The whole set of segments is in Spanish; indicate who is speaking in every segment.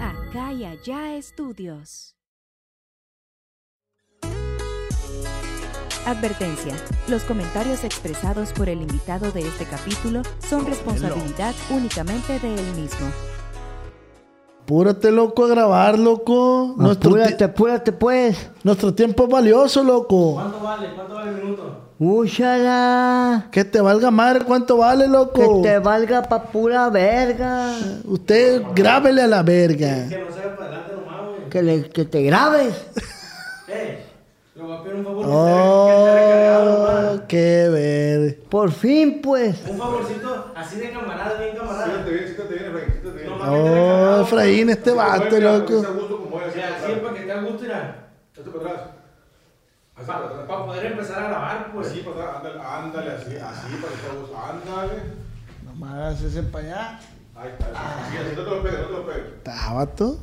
Speaker 1: Acá y allá estudios. Advertencia. Los comentarios expresados por el invitado de este capítulo son responsabilidad únicamente de él mismo.
Speaker 2: Apúrate, loco, a grabar, loco. Nuestro, ti-
Speaker 3: Apúrate, apúrate, pues.
Speaker 2: nuestro tiempo es valioso, loco.
Speaker 4: ¿Cuánto vale? ¿Cuánto vale el minuto?
Speaker 3: Úsala.
Speaker 2: Que te valga madre cuánto vale,
Speaker 3: Que
Speaker 2: loco.
Speaker 3: te valga pa' pura verga.
Speaker 2: Usted grábele a la verga.
Speaker 4: Que no se haga para adelante nomás, güey.
Speaker 3: Que, le- que te grabes.
Speaker 4: Eh, le voy a pedir un favor que esté que esté recargado
Speaker 2: Oh,
Speaker 4: nomás.
Speaker 2: qué ver.
Speaker 3: Por fin, pues.
Speaker 4: Un favorcito así de camarada, bien camarada.
Speaker 5: Siéntate bien, siéntate bien, Efraín, siéntate bien.
Speaker 4: Nomás que esté
Speaker 2: Oh,
Speaker 4: recargado.
Speaker 2: Efraín, este vato,
Speaker 5: Que sea
Speaker 2: loco.
Speaker 5: gusto como es,
Speaker 4: O sea,
Speaker 5: así
Speaker 4: así es
Speaker 5: para atrás.
Speaker 4: para que te guste, mira.
Speaker 5: Esto para atrás. Así para
Speaker 4: Para,
Speaker 5: atrás.
Speaker 4: poder empezar a grabar, pues.
Speaker 5: Así para atrás, ándale, ándale, así, así para que sea gusto. Ándale.
Speaker 2: Nomás ese para allá.
Speaker 5: Ahí está, así, así, no te lo pegues, no te lo pegues.
Speaker 2: Está, vato.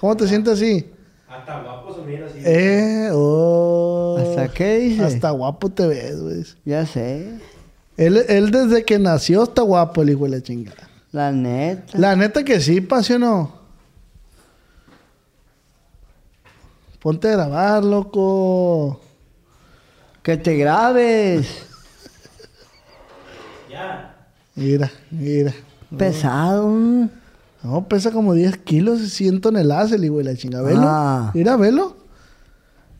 Speaker 2: ¿Cómo te sientes así?
Speaker 4: Hasta guapo se mira así.
Speaker 2: Eh, oh.
Speaker 3: ¿Hasta qué dice?
Speaker 2: Hasta guapo te ves, güey.
Speaker 3: Ya sé.
Speaker 2: Él, él desde que nació está guapo el hijo de la chingada.
Speaker 3: La neta.
Speaker 2: La neta que sí, pa, ¿sí o no? Ponte a grabar, loco.
Speaker 3: Que te grabes.
Speaker 4: Ya.
Speaker 2: Mira, mira.
Speaker 3: Pesado. ¿no?
Speaker 2: No, pesa como 10 kilos y 100 toneladas el hijo de la chingada. Velo.
Speaker 3: Ah.
Speaker 2: Mira, velo.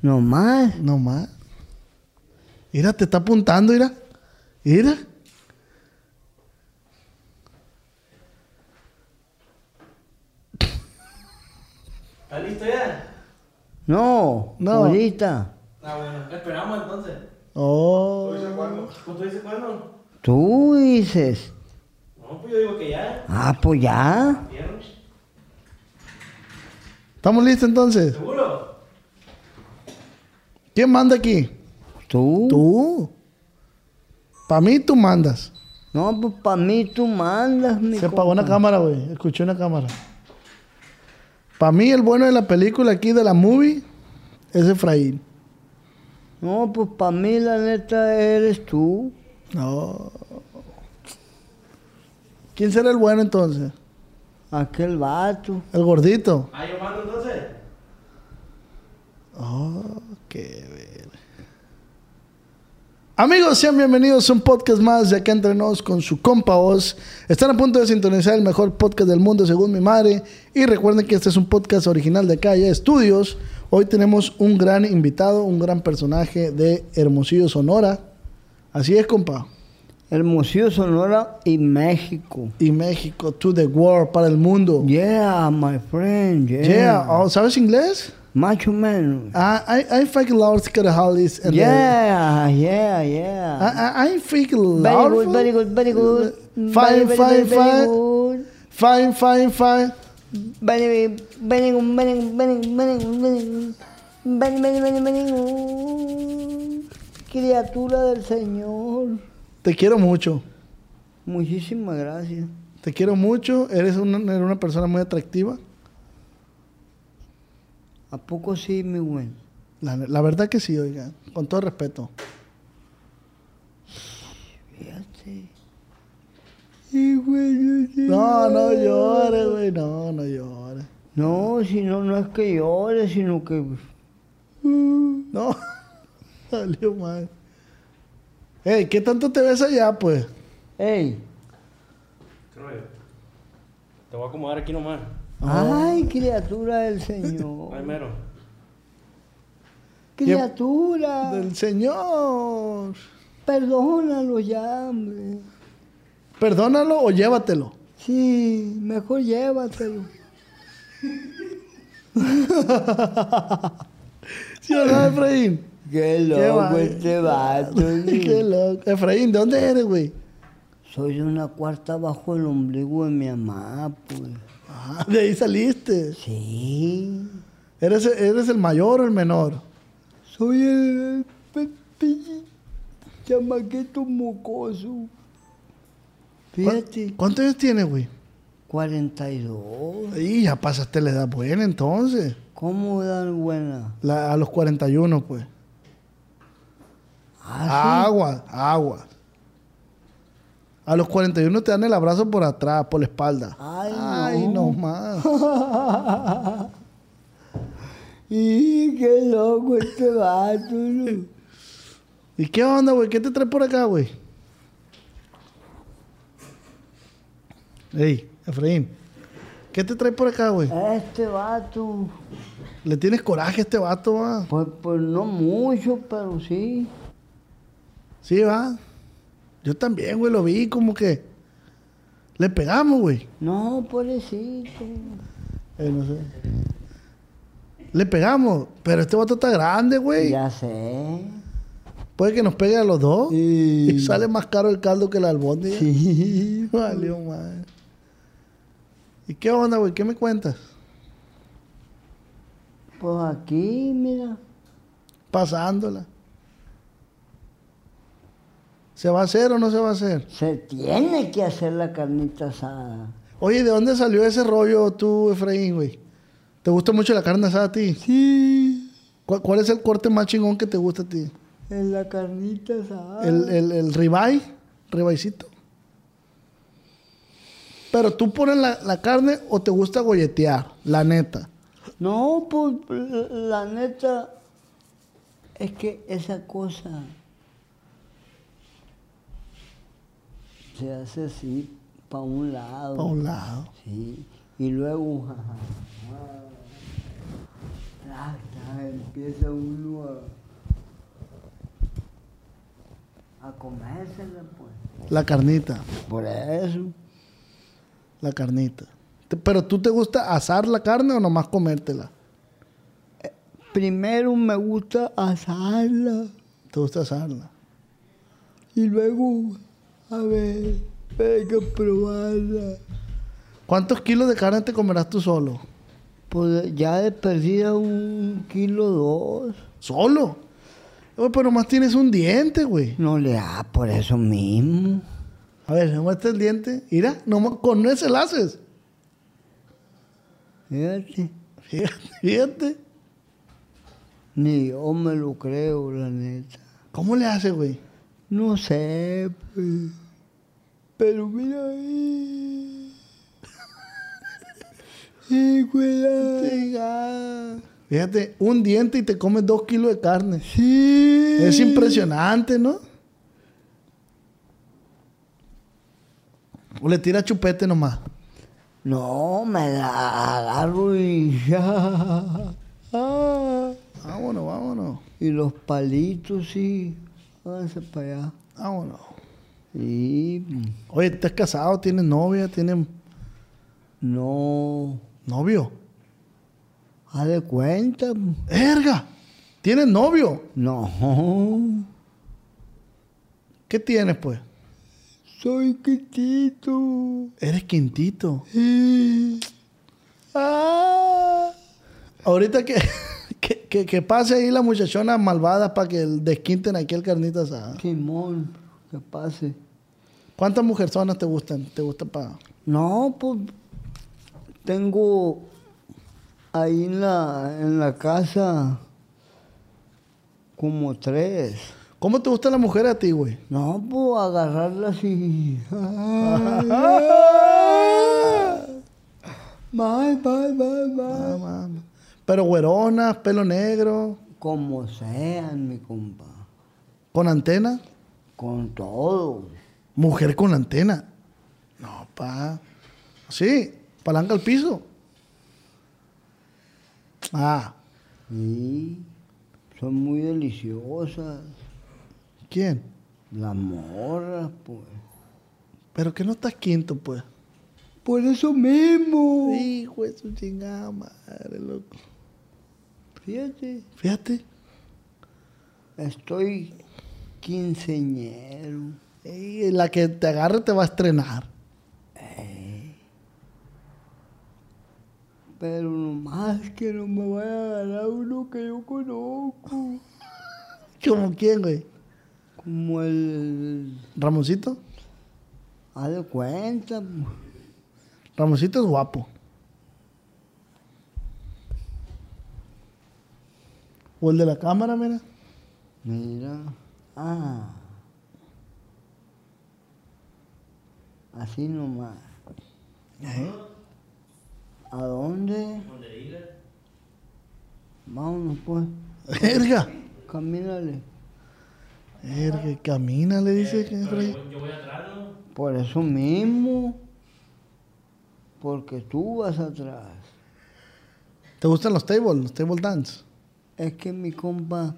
Speaker 3: No más.
Speaker 2: Nomás. Mira, te está apuntando, mira. Mira.
Speaker 4: ¿Está listo ya?
Speaker 3: No.
Speaker 2: No.
Speaker 3: Ahorita.
Speaker 4: Ah, bueno. Esperamos entonces.
Speaker 2: Oh.
Speaker 4: ¿Pues tú dices cuándo?
Speaker 3: Tú dices.
Speaker 4: No, pues yo digo que ya.
Speaker 3: Ah, pues ya.
Speaker 4: ¿Vieron?
Speaker 2: ¿Estamos listos entonces?
Speaker 4: ¿Seguro?
Speaker 2: ¿Quién manda aquí?
Speaker 3: Tú.
Speaker 2: Tú. Para mí tú mandas.
Speaker 3: No, pues para mí tú mandas, mi
Speaker 2: Se apagó una
Speaker 3: compa.
Speaker 2: cámara, güey. Escuché una cámara. Para mí, el bueno de la película aquí, de la movie, es Efraín.
Speaker 3: No, pues para mí la neta eres tú.
Speaker 2: No. ¿Quién será el bueno entonces?
Speaker 3: Aquel vato.
Speaker 2: El gordito.
Speaker 4: Ah, yo mando entonces.
Speaker 2: Oh, qué ver. Amigos, sean bienvenidos a un podcast más de Acá Entre Nos con su compa Oz. Están a punto de sintonizar el mejor podcast del mundo, según mi madre. Y recuerden que este es un podcast original de Calle Estudios. Hoy tenemos un gran invitado, un gran personaje de Hermosillo, Sonora. Así es, compa.
Speaker 3: Hermosillo, Sonora y México.
Speaker 2: Y México, to the world, para el mundo.
Speaker 3: Yeah, my friend, yeah.
Speaker 2: Yeah. Oh, ¿Sabes inglés?
Speaker 3: Más o menos.
Speaker 2: Ah, I, I fake Lord Scarhalis and
Speaker 3: Yeah, yeah, yeah.
Speaker 2: I, I, I fake
Speaker 3: Very good,
Speaker 2: Lord-
Speaker 3: very good, very good.
Speaker 2: ah, Fine,
Speaker 3: Very, very
Speaker 2: fine,
Speaker 3: good, very
Speaker 2: fine.
Speaker 3: good.
Speaker 2: Fine, fine, fine.
Speaker 3: Very, very good, very good, very good, very good, very good. Very, very, very, very good. Criatura del Señor.
Speaker 2: Te quiero mucho.
Speaker 3: Muchísimas gracias.
Speaker 2: Te quiero mucho. Eres una, eres una persona muy atractiva.
Speaker 3: ¿A poco sí, mi buen?
Speaker 2: La, la verdad que sí, oiga. Con todo respeto.
Speaker 3: Fíjate.
Speaker 2: No, no llores, güey. No, no llores.
Speaker 3: No, si no, no es que llore, sino que...
Speaker 2: No. Salió mal. Ey, ¿qué tanto te ves allá, pues?
Speaker 3: ¡Ey!
Speaker 4: ¿Qué rollo? Te voy a acomodar aquí nomás.
Speaker 3: ¡Ay, criatura del
Speaker 4: Ay,
Speaker 3: Señor!
Speaker 4: mero.
Speaker 3: ¡Criatura!
Speaker 2: Del Señor.
Speaker 3: Perdónalo ya, hombre.
Speaker 2: Perdónalo o llévatelo.
Speaker 3: Sí, mejor llévatelo.
Speaker 2: ¿Sí o no, Efraín?
Speaker 3: ¡Qué
Speaker 2: va-
Speaker 3: loco este vato!
Speaker 2: Qué loco. Efraín, ¿de dónde eres, güey?
Speaker 3: Soy de una cuarta bajo el ombligo de mi mamá, pues.
Speaker 2: Ah, de ahí saliste.
Speaker 3: Sí.
Speaker 2: ¿Eres, ¿Eres el mayor o el menor?
Speaker 3: Soy el pe- pe- chamaquito mocoso. Fíjate,
Speaker 2: ¿Cuántos años tienes, güey?
Speaker 3: 42.
Speaker 2: Y ya pasaste la edad buena entonces.
Speaker 3: ¿Cómo dan buena?
Speaker 2: La- a los 41, pues.
Speaker 3: Ah, sí.
Speaker 2: Agua, agua. A los 41 te dan el abrazo por atrás, por la espalda.
Speaker 3: Ay,
Speaker 2: no más.
Speaker 3: y qué loco este vato. ¿no?
Speaker 2: ¿Y qué onda, güey? ¿Qué te trae por acá, güey? Ey, Efraín. ¿Qué te trae por acá, güey?
Speaker 3: Este vato.
Speaker 2: ¿Le tienes coraje a este vato, va?
Speaker 3: Pues, pues no mucho, pero sí.
Speaker 2: Sí, va. Yo también, güey, lo vi como que. Le pegamos, güey.
Speaker 3: No, pobrecito.
Speaker 2: Eh, no sé. Le pegamos, pero este vato está grande, güey.
Speaker 3: Ya sé.
Speaker 2: Puede que nos pegue a los dos.
Speaker 3: Y-
Speaker 2: Y sale más caro el caldo que la albóndiga.
Speaker 3: Sí.
Speaker 2: Valió madre. ¿Y qué onda, güey? ¿Qué me cuentas?
Speaker 3: Pues aquí, mira.
Speaker 2: Pasándola. ¿Se va a hacer o no se va a hacer?
Speaker 3: Se tiene que hacer la carnita asada.
Speaker 2: Oye, ¿de dónde salió ese rollo tú, Efraín, güey? ¿Te gusta mucho la carne asada a ti? Sí. ¿Cuál, cuál es el corte más chingón que te gusta a ti?
Speaker 3: En la carnita asada.
Speaker 2: ¿El, el, el ribeye? ¿Ribaycito? Pero tú pones la, la carne o te gusta golletear, la neta.
Speaker 3: No, pues la neta es que esa cosa se hace así para un lado.
Speaker 2: A un lado.
Speaker 3: Sí. Y luego ja, ja, ja, tra, tra, empieza uno a, a comérsela pues.
Speaker 2: La carnita.
Speaker 3: Por eso.
Speaker 2: La carnita. Te- Pero tú te gusta asar la carne o nomás comértela?
Speaker 3: Primero me gusta asarla.
Speaker 2: ¿Te gusta asarla?
Speaker 3: Y luego, a ver, hay que probarla.
Speaker 2: ¿Cuántos kilos de carne te comerás tú solo?
Speaker 3: Pues ya de perdida un kilo dos.
Speaker 2: ¿Solo? Güey, pero nomás tienes un diente, güey.
Speaker 3: No le da por eso mismo.
Speaker 2: A ver, muestra el diente. Mira, nomás con ese la haces.
Speaker 3: Fíjate,
Speaker 2: Fíjate, fíjate.
Speaker 3: ni yo me lo creo, la neta.
Speaker 2: ¿Cómo le haces, güey?
Speaker 3: No sé, pues. Pero mira ahí. Sí, cuidado.
Speaker 2: Fíjate, un diente y te comes dos kilos de carne. Sí. Es impresionante, ¿no? O le tira chupete nomás.
Speaker 3: No, me la agarro y ya. Ah.
Speaker 2: Vámonos, vámonos.
Speaker 3: Y los palitos, sí. Háganse para allá.
Speaker 2: Vámonos.
Speaker 3: Y
Speaker 2: Oye, ¿estás casado? ¿Tienes novia? ¿Tienes
Speaker 3: no.
Speaker 2: novio?
Speaker 3: Haz de cuenta.
Speaker 2: ¡Erga! ¿Tienes novio?
Speaker 3: No.
Speaker 2: ¿Qué tienes, pues?
Speaker 3: Soy quitito.
Speaker 2: Eres quintito. Ah. Ahorita que, que, que- que pase ahí la muchachona malvada para que desquinten aquí el carnita asada.
Speaker 3: Simón, que pase.
Speaker 2: ¿Cuántas mujerzonas te gustan? ¿Te gusta para...?
Speaker 3: No, pues tengo ahí en la, en la casa como tres.
Speaker 2: ¿Cómo te gusta la mujer a ti, güey?
Speaker 3: No, pues agarrarlas y... Bye, bye, bye,
Speaker 2: Ah,
Speaker 3: bye.
Speaker 2: mami. Pero güeronas, pelo negro,
Speaker 3: Como sean, mi compa.
Speaker 2: con antena.
Speaker 3: Con todo.
Speaker 2: Mujer con antena. No, pa. Sí, palanca al piso. Ah,
Speaker 3: Y son muy deliciosas.
Speaker 2: ¿quién?
Speaker 3: Las morras, pues.
Speaker 2: Pero que no estás quinto, pues.
Speaker 3: Por eso mismo.
Speaker 2: Hijo de su chingada madre, loco.
Speaker 3: Fíjate,
Speaker 2: Fíjate.
Speaker 3: estoy quinceñero.
Speaker 2: Ey, la que te agarre te va a estrenar.
Speaker 3: Pero nomás que no me vaya a agarrar uno que yo conozco.
Speaker 2: ¿Como quién, güey?
Speaker 3: Como el...
Speaker 2: Ramoncito.
Speaker 3: Haz de cuenta. pues.
Speaker 2: Ramoncito es guapo. O el de la cámara, mira.
Speaker 3: Mira. Ah. Así nomás. ¿Eh? ¿A dónde?
Speaker 4: Donde diga.
Speaker 3: Vámonos pues.
Speaker 2: Verga.
Speaker 3: Camínale.
Speaker 2: Verga, camina, le
Speaker 3: Eh,
Speaker 2: dice. que-
Speaker 4: Pero yo, yo voy atrás, ¿no?
Speaker 3: Por eso mismo. Porque tú vas atrás.
Speaker 2: ¿Te gustan los tables, los table dance?
Speaker 3: Es que mi compa.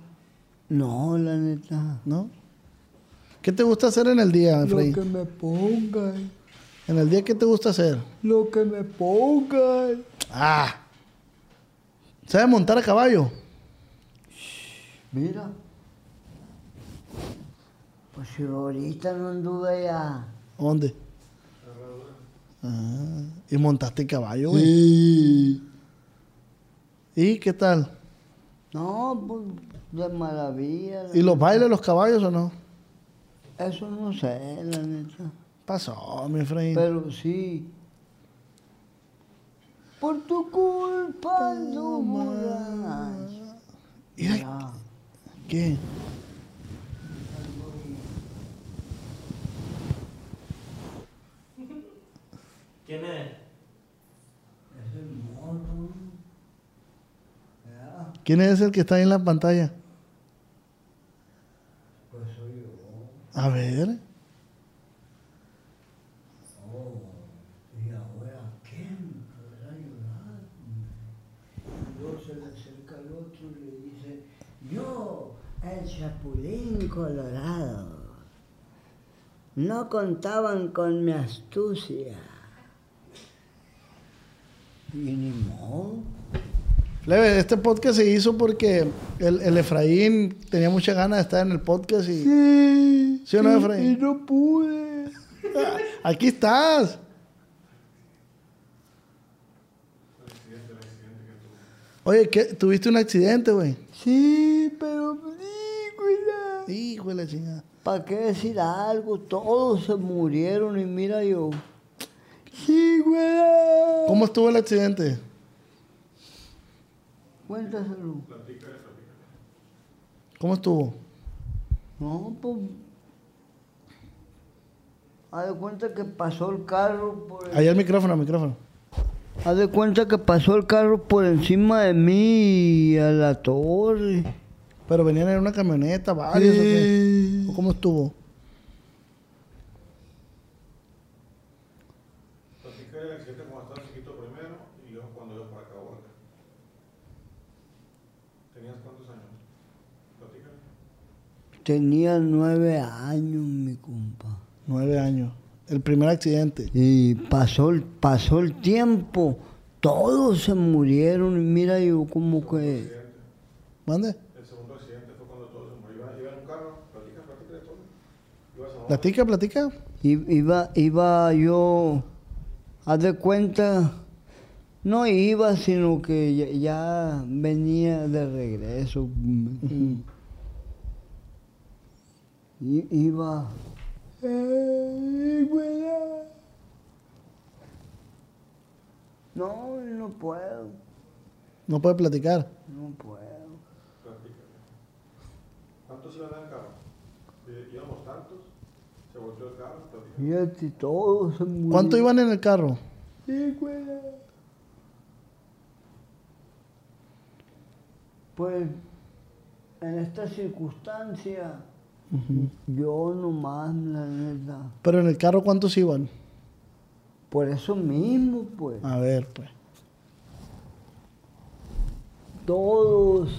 Speaker 3: No, la neta.
Speaker 2: ¿No? ¿Qué te gusta hacer en el día,
Speaker 3: Lo
Speaker 2: Freddy?
Speaker 3: que me pongan.
Speaker 2: En el día, ¿qué te gusta hacer?
Speaker 3: Lo que me pongan.
Speaker 2: Ah. ¿Sabes montar a caballo?
Speaker 3: Mira. Pues si ahorita no anduve ya.
Speaker 2: ¿Dónde? Ah, y montaste caballo, güey. ¿Y qué tal?
Speaker 3: No, pues de maravilla.
Speaker 2: ¿Y los bailes los caballos o no?
Speaker 3: Eso no sé, la neta.
Speaker 2: Pasó, mi Freddy.
Speaker 3: Pero sí. Por tu culpa anduvo borracho.
Speaker 2: Mira,
Speaker 3: Ya.
Speaker 2: ¿Qué?
Speaker 4: ¿Quién es?
Speaker 2: ¿Quién es el que está ahí en la pantalla? A ver.
Speaker 3: Oh, Y ahora, ¿quién podrá ayudar? Luego se le acerca al otro y le dice, yo, el chapulín colorado. No contaban con mi astucia. Y ni modo.
Speaker 2: Leve, este podcast se hizo porque el, el Efraín tenía mucha ganas de estar en el podcast y...
Speaker 3: Sí,
Speaker 2: ¿Sí o no, Efraín? Ah,
Speaker 3: Y no pude.
Speaker 2: Aquí estás. Oye, ¿qué? ¿tuviste un accidente, güey?
Speaker 3: Sí, pero película.
Speaker 2: Hijo de la chingada.
Speaker 3: ¿Para qué decir algo? Todos se murieron y mira yo. Sí, güey.
Speaker 2: ¿Cómo estuvo el accidente?
Speaker 3: Cuéntaselo.
Speaker 2: ¿Cómo estuvo?
Speaker 3: No, pues. Haz de cuenta que pasó el carro por.
Speaker 2: Allá el micrófono, el micrófono.
Speaker 3: Haz de cuenta que pasó el carro por encima de mí y a la torre.
Speaker 2: Pero venían en una camioneta, varios. ¿o qué? ¿O ¿Cómo estuvo?
Speaker 5: Platica el accidente cuando estaba chiquito primero y luego cuando yo para acá, Oaxaca. ¿Tenías cuántos años? Platica.
Speaker 3: Tenía nueve años, mi compa.
Speaker 2: Nueve años. El primer accidente.
Speaker 3: Y pasó, el- pasó el tiempo. Todos se murieron y mira yo como
Speaker 2: Pues
Speaker 3: que...
Speaker 2: ¿Mande?
Speaker 5: El segundo accidente fue cuando todos se murieron. Iba, iba en un carro, platica, platica de todo. Ibas a Oaxaca.
Speaker 2: Platica, platica.
Speaker 3: i- Iba, iba yo, haz de cuenta, no iba, sino que ya, ya venía de regreso. I- iba... "Ey, güera". No, no puedo,
Speaker 2: No puede platicar.
Speaker 3: no puedo.
Speaker 5: Platica. ¿Cuántos iban en el carro? Eh, Íbamos tantos. Se volteó el carro, platica.
Speaker 3: Fíjate, todos se murieron.
Speaker 2: ¿Cuánto iban en el carro?
Speaker 3: Sí, güey. Pues en esta circunstancia, yo nomás, la neta.
Speaker 2: Pero en el carro, ¿cuántos iban?
Speaker 3: Por eso mismo, pues.
Speaker 2: A ver, pues.
Speaker 3: Todos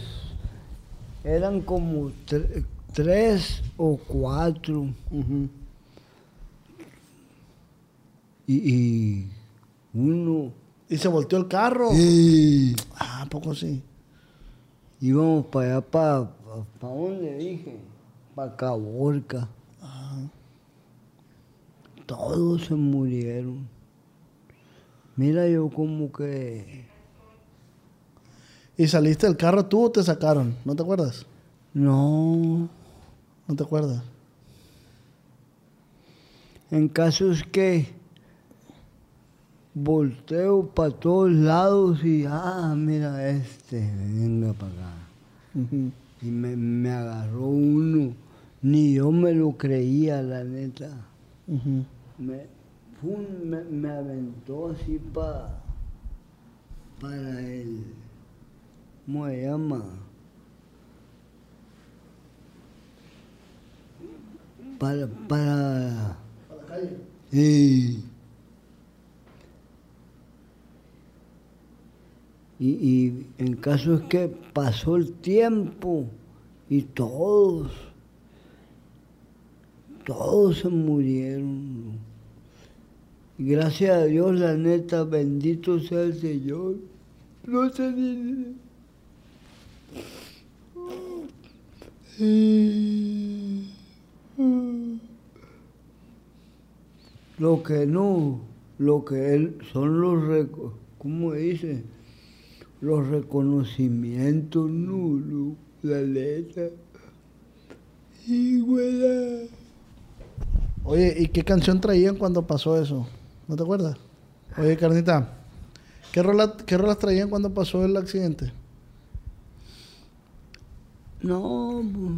Speaker 3: eran como tre- tres o cuatro. y, y uno.
Speaker 2: Y se volteó el carro. Ah, ¿a poco sí.
Speaker 3: Íbamos para allá, para, para dónde dije, para Caborca.
Speaker 2: Ah.
Speaker 3: Todos se murieron. Mira yo como que,
Speaker 2: ¿Y saliste del carro tú o te sacaron? ¿No te acuerdas?
Speaker 3: no,
Speaker 2: ¿No te acuerdas?
Speaker 3: en casos que volteo para todos lados y, ah, mira este, venga para acá. Y me, me agarró uno, ni yo me lo creía, la neta.
Speaker 2: Ujú.
Speaker 3: Me, pum, me, me aventó así para para el ¿cómo se llama? Para para
Speaker 2: Para la calle.
Speaker 3: eh, y, y el caso es que pasó el tiempo y todos, todos se murieron. Gracias a Dios, la neta, bendito sea el Señor. No se dice. Lo que no, lo que él son los, reco- ¿cómo dice? Los reconocimientos, no, no, la letra. Y güey,
Speaker 2: Oye, ¿y qué canción traían cuando pasó eso? ¿No te acuerdas? Oye, Carnita, ¿qué, rola- qué rolas traían cuando pasó el accidente?
Speaker 3: No, pues,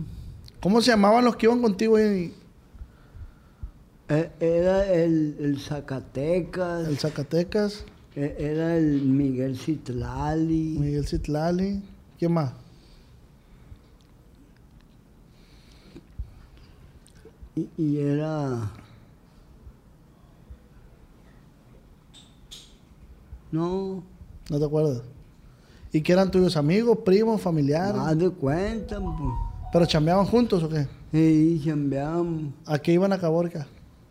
Speaker 2: ¿Cómo se llamaban los que iban contigo en
Speaker 3: e- era el, el Zacatecas,
Speaker 2: el Zacatecas?
Speaker 3: e- era el Miguel Citlali,
Speaker 2: Miguel Citlali. ¿Quién más?
Speaker 3: y, y era... No,
Speaker 2: ¿No te acuerdas? ¿Y que eran tuyos amigos, primos, familiares?
Speaker 3: haz de cuenta, pues.
Speaker 2: ¿Pero chambeaban juntos o qué?
Speaker 3: Y chambeamos.
Speaker 2: ¿A qué iban a Caborca?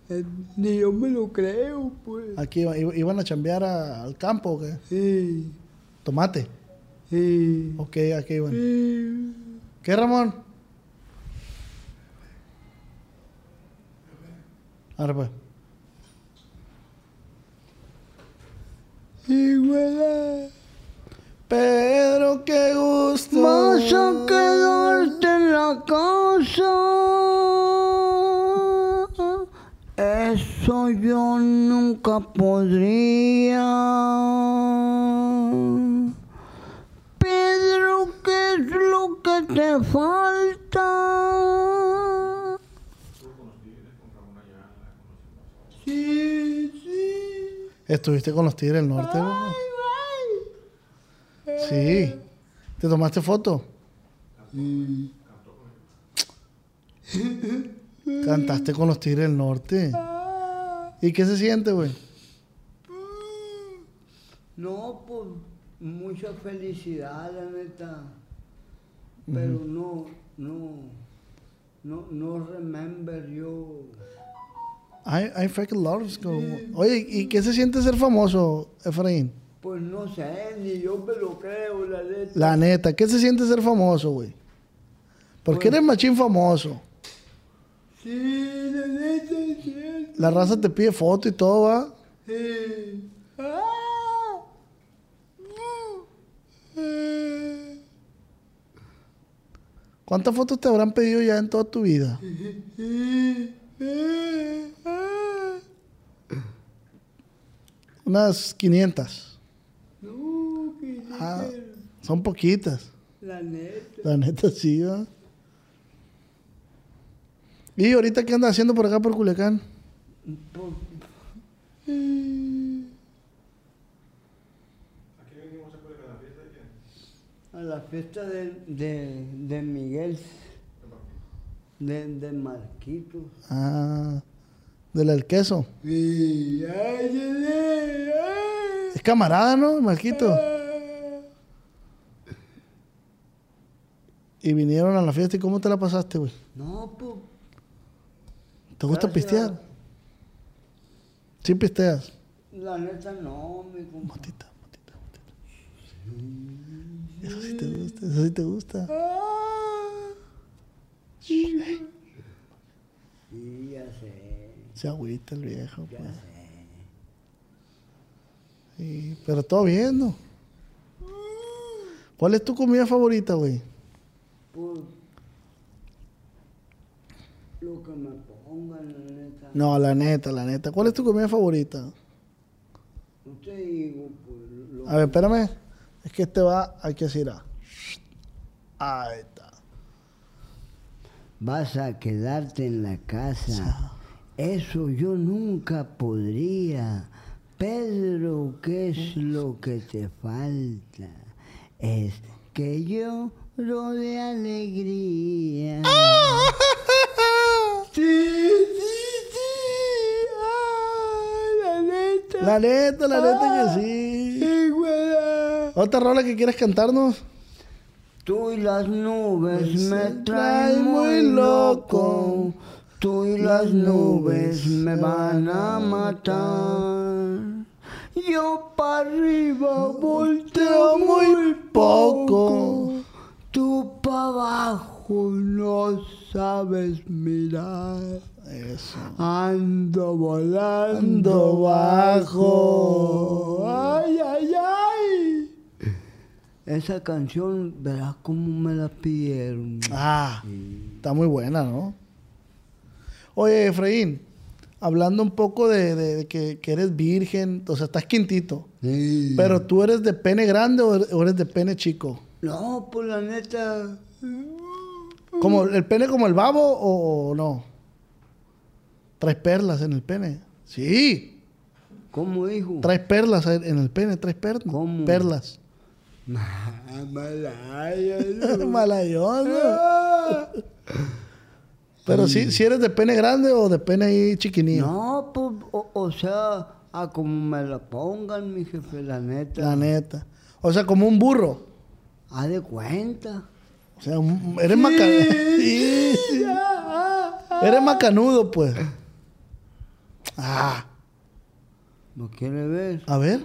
Speaker 3: Eh, Ni yo me lo creo, pues.
Speaker 2: ¿A qué iba- iba- iban a chambear a- al campo o qué?
Speaker 3: Sí,
Speaker 2: ¿Tomate?
Speaker 3: sí,
Speaker 2: ¿O qué? ¿A qué iban?
Speaker 3: sí.
Speaker 2: ¿Qué, Ramón? Ahora pues.
Speaker 3: Y güey.
Speaker 2: Pedro, qué gusto.
Speaker 3: Vas a quedarte en la casa. Eso yo nunca podría. Pedro, ¿qué es lo que te falta? Sí, sí.
Speaker 2: ¿Estuviste con los Tigres del Norte? güey?
Speaker 3: Ay, ay.
Speaker 2: Sí. ¿Te tomaste foto? Cantaste con los Tigres del Norte. ¿Y qué se siente, güey?
Speaker 3: No, pues mucha felicidad, la neta. Pero no, no, no, no remember yo.
Speaker 2: I, I freaking love this girl. Oye, ¿y qué se siente ser famoso, Efraín?
Speaker 3: Pues no sé, ni yo me lo creo, la neta.
Speaker 2: La neta, ¿qué se siente ser famoso, güey? Porque eres machín famoso.
Speaker 3: Sí, la neta, sí.
Speaker 2: La raza te pide foto y todo, va.
Speaker 3: sí. Ah. Mm. Eh.
Speaker 2: ¿Cuántas fotos te habrán pedido ya en toda tu vida? Unas 500.
Speaker 3: No, que sí,
Speaker 2: Ah, son poquitas.
Speaker 3: la neta.
Speaker 2: La neta sí, ¿va? ¿Y ahorita qué andas haciendo por acá por Culiacán?
Speaker 5: Aquí venimos a Culiacán, a la fiesta de quién?
Speaker 3: A la fiesta de, de, de Miguel, de, de Marquito.
Speaker 2: Ah, del El Queso.
Speaker 3: Sí, ay, ay, ay.
Speaker 2: Es camarada, ¿no, Marquito? Y vinieron a la fiesta y ¿cómo te la pasaste, güey?
Speaker 3: No, pues.
Speaker 2: ¿Te gusta
Speaker 3: Gracias.
Speaker 2: pistear? Sí pisteas.
Speaker 3: La neta no, mi compa.
Speaker 2: Motita, motita, motita. Eso sí te gusta, eso sí te gusta.
Speaker 3: Sí, ya sé.
Speaker 2: Se agüita el viejo,
Speaker 3: Ya
Speaker 2: pues.
Speaker 3: sé.
Speaker 2: Sí, pero todo bien, ¿no? ¿Cuál es tu comida favorita, güey?
Speaker 3: Pues. Lo que me pongan, la neta.
Speaker 2: No, la neta, la neta. ¿Cuál es tu comida favorita?
Speaker 3: No te digo, pues. Lo,
Speaker 2: A ver, espérame. Es que este va, hay que decir ah. Ahí está.
Speaker 3: Vas a quedarte en la casa Eso yo nunca podría. Pedro, ¿qué es lo que te falta? Es que yo de alegría. Sí, sí, sí. Ay, la neta.
Speaker 2: La neta, la neta que sí.
Speaker 3: Sí, güey.
Speaker 2: ¿Otra rola que quieres cantarnos?
Speaker 3: Tú y las nubes me
Speaker 2: traes
Speaker 3: Pues traen muy
Speaker 2: muy loco.
Speaker 3: loco. Tú y las nubes me van a matar. Yo para arriba volteo muy poco. Tú para abajo no sabes mirar.
Speaker 2: Eso.
Speaker 3: Ando
Speaker 2: Ando
Speaker 3: volando
Speaker 2: bajo.
Speaker 3: bajo. Ay, ay, ay. Esa canción, verás cómo me la pidieron.
Speaker 2: Ah, está muy buena, ¿no? Oye, Efraín, hablando un poco de, de- de que, que eres virgen, o sea, estás quintito.
Speaker 3: Sí.
Speaker 2: Pero tú eres de pene grande o o eres de pene chico?
Speaker 3: No, por la neta.
Speaker 2: ¿Como
Speaker 3: Mm.
Speaker 2: el pene como el babo o, o no? Traes perlas en el pene. Sí,
Speaker 3: ¿Cómo dijo?
Speaker 2: traes perlas en en el pene, traes perlas.
Speaker 3: ¿Cómo?
Speaker 2: Perlas.
Speaker 3: Malaya, ¿no?
Speaker 2: Malayón. ¿no?
Speaker 3: Ah.
Speaker 2: Pero sí, si eres de pene grande o de pene ahí chiquinillo.
Speaker 3: No, pues, o, o sea, a como me la pongan, mi jefe, la neta.
Speaker 2: La neta. O sea, como un burro.
Speaker 3: Haz de cuenta.
Speaker 2: O sea, un- eres macanudo. Eres macanudo, pues. Ah,
Speaker 3: ¿No quiere ver?
Speaker 2: a ver,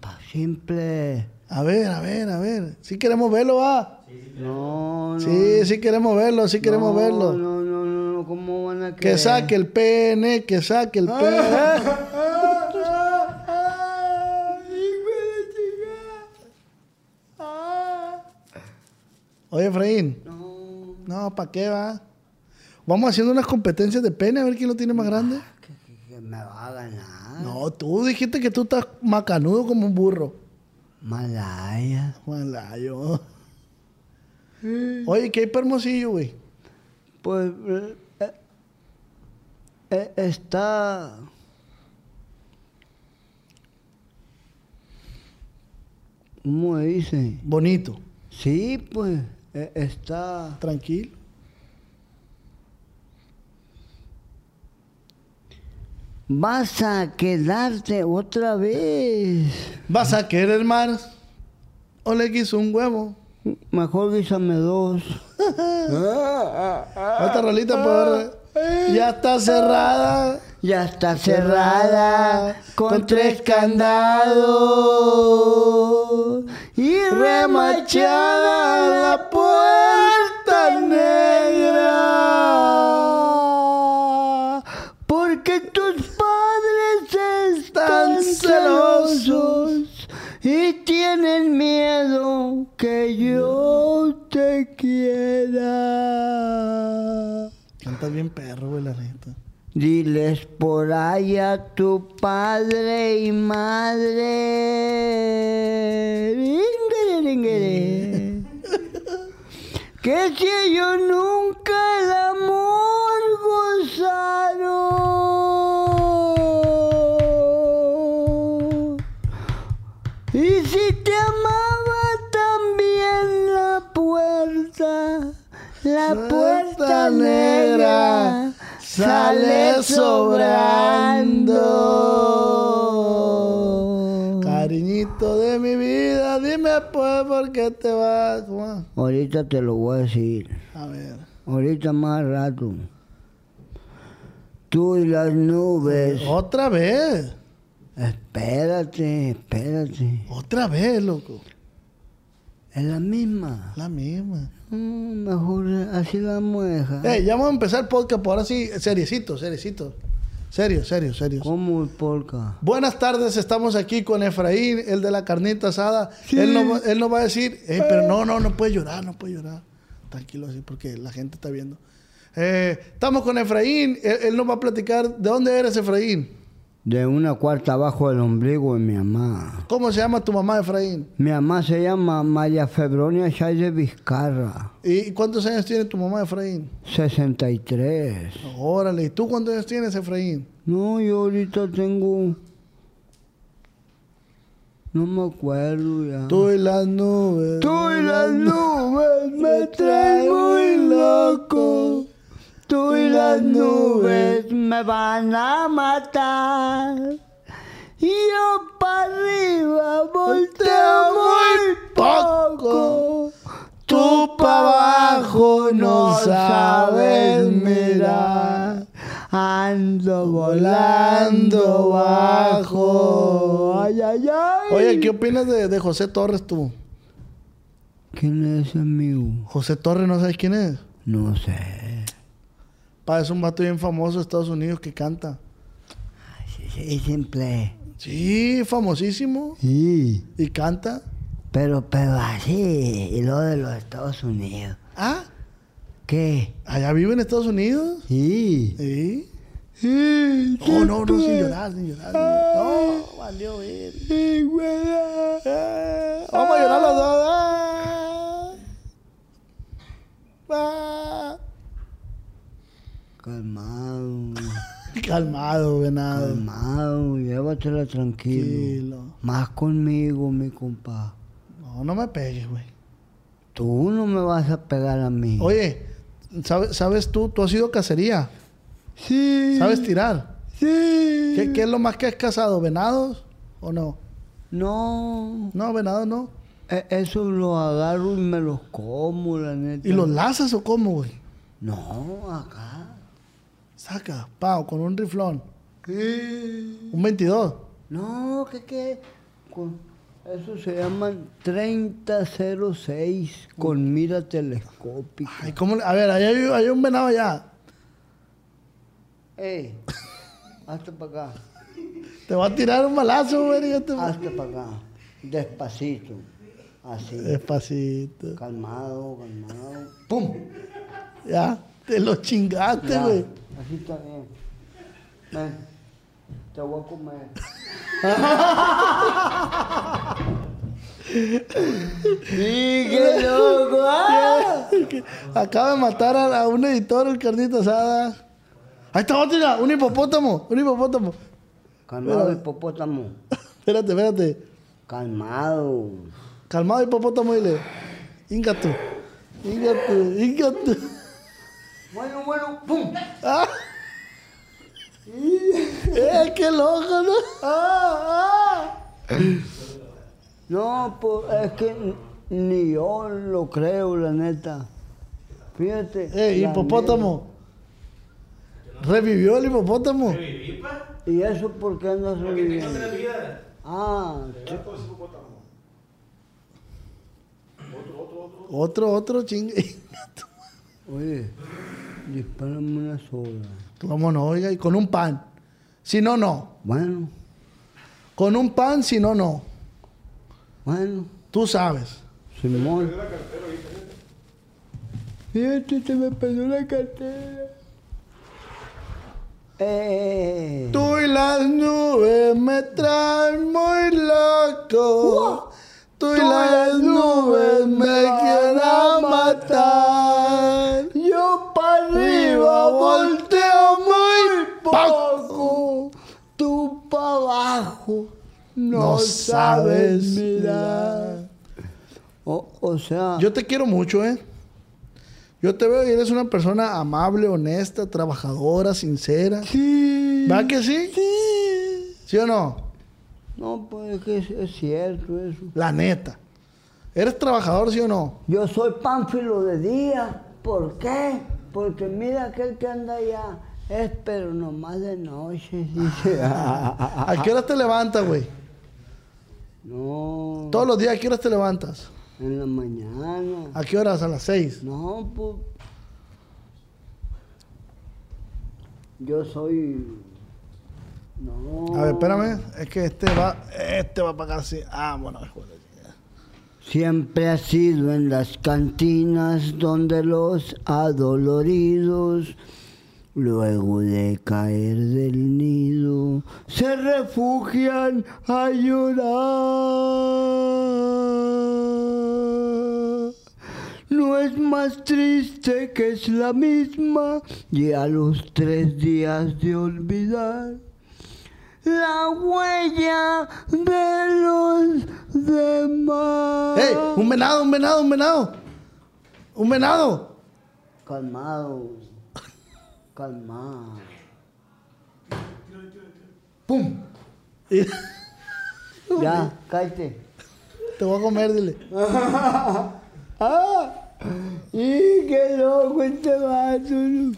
Speaker 3: Pa' simple.
Speaker 2: a ver, a ver, a ver. Si queremos verlo, va.
Speaker 3: No, no.
Speaker 2: Sí, sí queremos verlo, sí queremos
Speaker 3: no,
Speaker 2: verlo.
Speaker 3: No, no, no, no, ¿cómo van a
Speaker 2: Que
Speaker 3: creer?
Speaker 2: saque el pene, que saque el pene. Oye, Efraín.
Speaker 3: No,
Speaker 2: No, ¿para qué va? Vamos haciendo unas competencias de pene a ver quién lo tiene más grande.
Speaker 3: que, que- que me va a ganar.
Speaker 2: No, tú dijiste que tú estás macanudo como un burro.
Speaker 3: Malaya.
Speaker 2: Malayo. Oye, ¿qué hay para Hermosillo, güey?
Speaker 3: Pues eh, eh, está. ¿Cómo dice?
Speaker 2: Bonito,
Speaker 3: Sí, pues eh, está.
Speaker 2: tranquilo.
Speaker 3: Vas a quedarte otra vez.
Speaker 2: ¿Vas a querer mar? ¿O le quiso un huevo?
Speaker 3: Mejor guísame dos.
Speaker 2: Otra rolita, por Ya está cerrada.
Speaker 3: Ya está cerrada con tres candados y remachada la puerta negra. Porque tus padres están celosos y tienen miedo que yo te quiera.
Speaker 2: Cantas bien perro, güey, la neta.
Speaker 3: Diles por ahí a tu padre y madre. Ringere, ringere. que si ellos nunca el amor gozaron. Y si te amaba también la puerta, la puerta negra sale sobrando.
Speaker 2: Cariñito de mi vida, dime pues por qué te vas. ¿Cómo va?
Speaker 3: Ahorita te lo voy a decir,
Speaker 2: A ver.
Speaker 3: ahorita más rato. Tú y las nubes.
Speaker 2: Otra vez.
Speaker 3: Espérate, espérate.
Speaker 2: Otra vez, loco.
Speaker 3: Es la misma.
Speaker 2: La misma.
Speaker 3: Mm, mejor así la vamos a dejar.
Speaker 2: Ey, ya vamos a empezar el podcast, por ahora sí, seriecito, seriecito. Serio, serio, serio.
Speaker 3: ¿Cómo el polka?
Speaker 2: Buenas tardes, estamos aquí con Efraín, el de la carnita asada. Él, no, va- él nos va a decir, "Ey,
Speaker 3: Eh.
Speaker 2: pero no, no, no puede llorar, no puede llorar. Tranquilo así, porque la gente está viendo. Eh, estamos con Efraín, él, él nos va a platicar, ¿de dónde eres Efraín?
Speaker 3: de una cuarta abajo del ombligo de mi mamá.
Speaker 2: ¿Cómo se llama tu mamá, Efraín?
Speaker 3: Mi mamá se llama María Febronia Chávez Vizcarra,
Speaker 2: ¿Y cuántos años tiene tu mamá, Efraín?
Speaker 3: 63.
Speaker 2: Órale, ¿y tú cuántos años tienes, Efraín?
Speaker 3: No, yo ahorita tengo... No me acuerdo ya.
Speaker 2: Tú y las nubes.
Speaker 3: Ah. Tú y las nubes me traen muy loco. Tú y las nubes me van a matar. Y Yo para arriba volteo muy poco. Tú para abajo no sabes mirar. Ando volando bajo. Ay, ay, ay.
Speaker 2: Oye, ¿qué opinas de, de José Torres tú?
Speaker 3: ¿Quién es amigo?
Speaker 2: José Torres, ¿no sabes quién es?
Speaker 3: No sé.
Speaker 2: Pa, es un vato bien famoso de Estados Unidos que canta.
Speaker 3: Es simple.
Speaker 2: Sí, famosísimo.
Speaker 3: Sí.
Speaker 2: Y canta.
Speaker 3: Pero, pero así. Y lo de los Estados Unidos.
Speaker 2: Ah,
Speaker 3: ¿Qué?
Speaker 2: allá vive en Estados Unidos.
Speaker 3: Sí.
Speaker 2: Sí.
Speaker 3: Sí.
Speaker 2: No, no, no, sin llorar, sin llorar. sin llorar. No, valió bien.
Speaker 3: Sí, güey.
Speaker 2: Vamos a llorar los dos. Ah. Ah.
Speaker 3: Calmado.
Speaker 2: Calmado, venado.
Speaker 3: Calmado. Llévatela tranquilo.
Speaker 2: Tranquilo.
Speaker 3: Más conmigo, mi compa.
Speaker 2: No, no me pegues, güey.
Speaker 3: Tú no me vas a pegar a mí.
Speaker 2: Oye, ¿sabes, sabes tú? Tú has ido a cacería.
Speaker 3: Sí.
Speaker 2: ¿Sabes tirar?
Speaker 3: Sí.
Speaker 2: ¿Qué, qué es lo más que has cazado? ¿Venados o no?
Speaker 3: No.
Speaker 2: No, venados no.
Speaker 3: E- Eso los agarro y me los como, la neta.
Speaker 2: ¿Y los lazas o cómo, güey?
Speaker 3: No, acá.
Speaker 2: Saca, pao, con un riflón.
Speaker 3: ¿Qué?
Speaker 2: Un 22.
Speaker 3: No, ¿qué qué? Con- Eso se llaman 3006 con mira telescópica.
Speaker 2: Ay, ¿cómo le- A ver, ahí hay, hay un venado allá.
Speaker 3: ¡Ey! Hasta para acá.
Speaker 2: Te va a tirar un balazo, güey. yo te-
Speaker 3: Hasta para acá. Despacito. Así.
Speaker 2: Despacito.
Speaker 3: Calmado, calmado.
Speaker 2: ¡Pum! Ya, te lo chingaste,
Speaker 3: Ya,
Speaker 2: güey.
Speaker 3: Así está bien. Ven, te voy a comer. ¡Qué loco! ¿ah?
Speaker 2: Acaba de matar a, a un editor, el carnita asada. Ahí está otra, un hipopótamo, un hipopótamo.
Speaker 3: Calmado, hipopótamo.
Speaker 2: Espérate, espérate.
Speaker 3: Calmado.
Speaker 2: Calmado, hipopótamo, dile. Ingato. Ingato, ingato.
Speaker 3: Bueno, bueno, pum.
Speaker 2: Ah. ¡Eh, qué loco, no! Ah, ah.
Speaker 3: No, pues es que n- ni yo lo creo, la neta. Fíjate.
Speaker 2: ¡Eh,
Speaker 3: la
Speaker 2: hipopótamo! ¿Revivió el hipopótamo?
Speaker 4: ¿Viví, pa?
Speaker 3: neta. ¿Y eso por qué andas
Speaker 4: Porque pues. tengo
Speaker 3: reviviendo?
Speaker 4: tres vidas.
Speaker 3: Ah,
Speaker 5: El gato es hipopótamo. Otro, otro, otro.
Speaker 2: Otro, otro, chingue.
Speaker 3: oye, dispárame una sola.
Speaker 2: Cómo no, oiga, y con un pan. Si no, no.
Speaker 3: Bueno,
Speaker 2: Con un pan, si no, no.
Speaker 3: bueno,
Speaker 2: Tú sabes.
Speaker 3: Simón.
Speaker 2: este
Speaker 3: Fíjate, se me perdió la cartera. Eh,
Speaker 2: Tú y las nubes me traen muy loco. Tú y las nubes me quieren matar.
Speaker 3: Yo para
Speaker 2: Arriba volteo muy poco.
Speaker 3: poco, tú para abajo.
Speaker 2: No sabes mirar.
Speaker 3: O, o sea,
Speaker 2: Yo te quiero mucho, ¿eh? Yo te veo y eres una persona amable, honesta, trabajadora, sincera.
Speaker 3: sí.
Speaker 2: ¿Va que sí? Sí. ¿Sí o no?
Speaker 3: No, pues es que es, es cierto eso.
Speaker 2: La neta. ¿Eres trabajador, sí o no?
Speaker 3: Yo soy pánfilo de día. ¿Por qué? Porque mira aquel que anda allá. Es pero nomás de noche, dice.
Speaker 2: ¿A qué horas te levantas, güey?
Speaker 3: no,
Speaker 2: Todos los días, ¿a qué horas te levantas?
Speaker 3: en la mañana.
Speaker 2: ¿A qué horas? A las 6.
Speaker 3: No, pues. Yo soy. No.
Speaker 2: A ver, espérame. Es que este va, este va para acá así. Ah, bueno, hijo de la chingada.
Speaker 3: Siempre ha sido en las cantinas donde los adoloridos Luego de caer del nido, se refugian a llorar. No es más triste que es la misma y a los tres días de olvidar la huella de los demás.
Speaker 2: ¡Ey! ¡Un venado, un venado, un venado! ¡Un venado!
Speaker 3: Calmado, calmado.
Speaker 2: ¡Pum! Y-
Speaker 3: Ya, cállate.
Speaker 2: te voy a comer, dile.
Speaker 3: ¡Ah! ¡Y qué loco este vato! ¿no?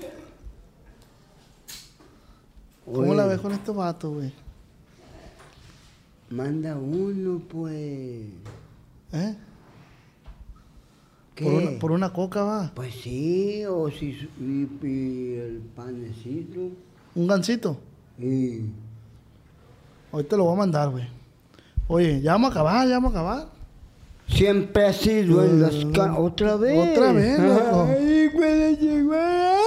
Speaker 2: ¿Cómo la ves con este vato, güey?
Speaker 3: Manda uno, pues.
Speaker 2: ¿Eh?
Speaker 3: ¿Qué?
Speaker 2: Por una, por una coca, va.
Speaker 3: Pues sí, o si su- y, y el panecito.
Speaker 2: Un gancito.
Speaker 3: Y
Speaker 2: Ahorita lo voy a mandar, güey. Oye, ya vamos a acabar, ya vamos a acabar.
Speaker 3: siempre ha sido en las ca- Ah, otra vez.
Speaker 2: Otra vez, loco.
Speaker 3: Ay, güey, llegó. ¡Ah!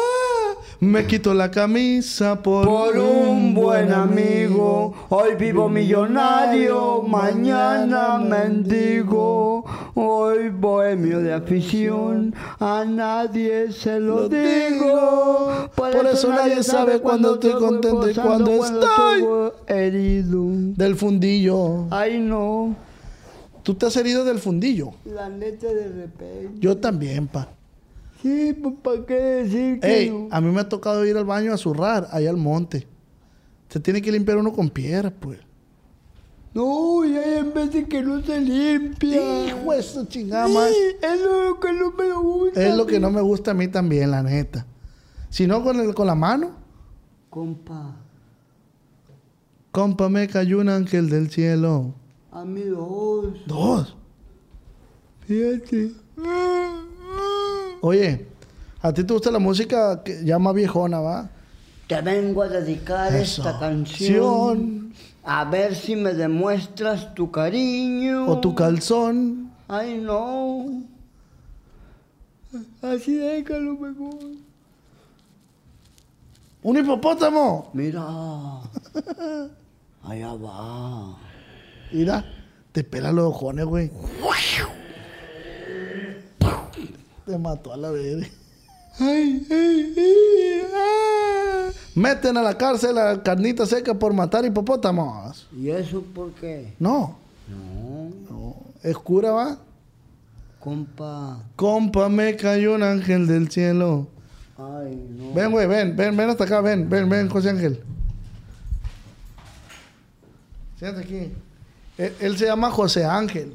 Speaker 2: Me quito la camisa por,
Speaker 3: Por un buen amigo, hoy vivo millonario, mañana mendigo, hoy bohemio de afición, a nadie se lo
Speaker 2: Lo digo.
Speaker 3: digo. Por eso nadie sabe cuando estoy contento y cuando estoy herido.
Speaker 2: Del fundillo.
Speaker 3: Ay no,
Speaker 2: Tú te has herido del fundillo.
Speaker 3: la neta de repente.
Speaker 2: Yo también, pa.
Speaker 3: Sí, pues para qué decir que
Speaker 2: Ey,
Speaker 3: no.
Speaker 2: a mí me ha tocado ir al baño a zurrar, allá al monte. Se tiene que limpiar uno con piedra, pues.
Speaker 3: No, y hay en veces que no se limpia.
Speaker 2: Hijo de su chingada madre.
Speaker 3: Sí, es lo que no me gusta.
Speaker 2: Es lo que no me gusta a mí también, la neta. Si no con, el- con la mano,
Speaker 3: Compa,
Speaker 2: compa, me cayó un ángel del cielo.
Speaker 3: a mí dos.
Speaker 2: Dos.
Speaker 3: Fíjate.
Speaker 2: Oye, a ti te gusta la música que ya más viejona, ¿va?
Speaker 3: Te vengo a dedicar
Speaker 2: Eso.
Speaker 3: esta canción. A ver si me demuestras tu cariño.
Speaker 2: O tu calzón.
Speaker 3: Ay, no. Así déjalo mejor.
Speaker 2: ¡Un hipopótamo!
Speaker 3: Mira. Allá va.
Speaker 2: Mira, te pela los ojones, güey. Te mató a la verga.
Speaker 3: Ay, ay, ay, ay.
Speaker 2: Meten a la cárcel a carnita seca por matar hipopótamos.
Speaker 3: ¿Y eso por qué?
Speaker 2: No,
Speaker 3: No,
Speaker 2: no. Es cura, ¿va?
Speaker 3: compa.
Speaker 2: Compa, me cayó un ángel del cielo.
Speaker 3: Ay, no.
Speaker 2: Ven, güey, ven, ven, ven hasta acá, ven, ven, ven, José Ángel. Siéntate aquí. Él, él se llama José Ángel.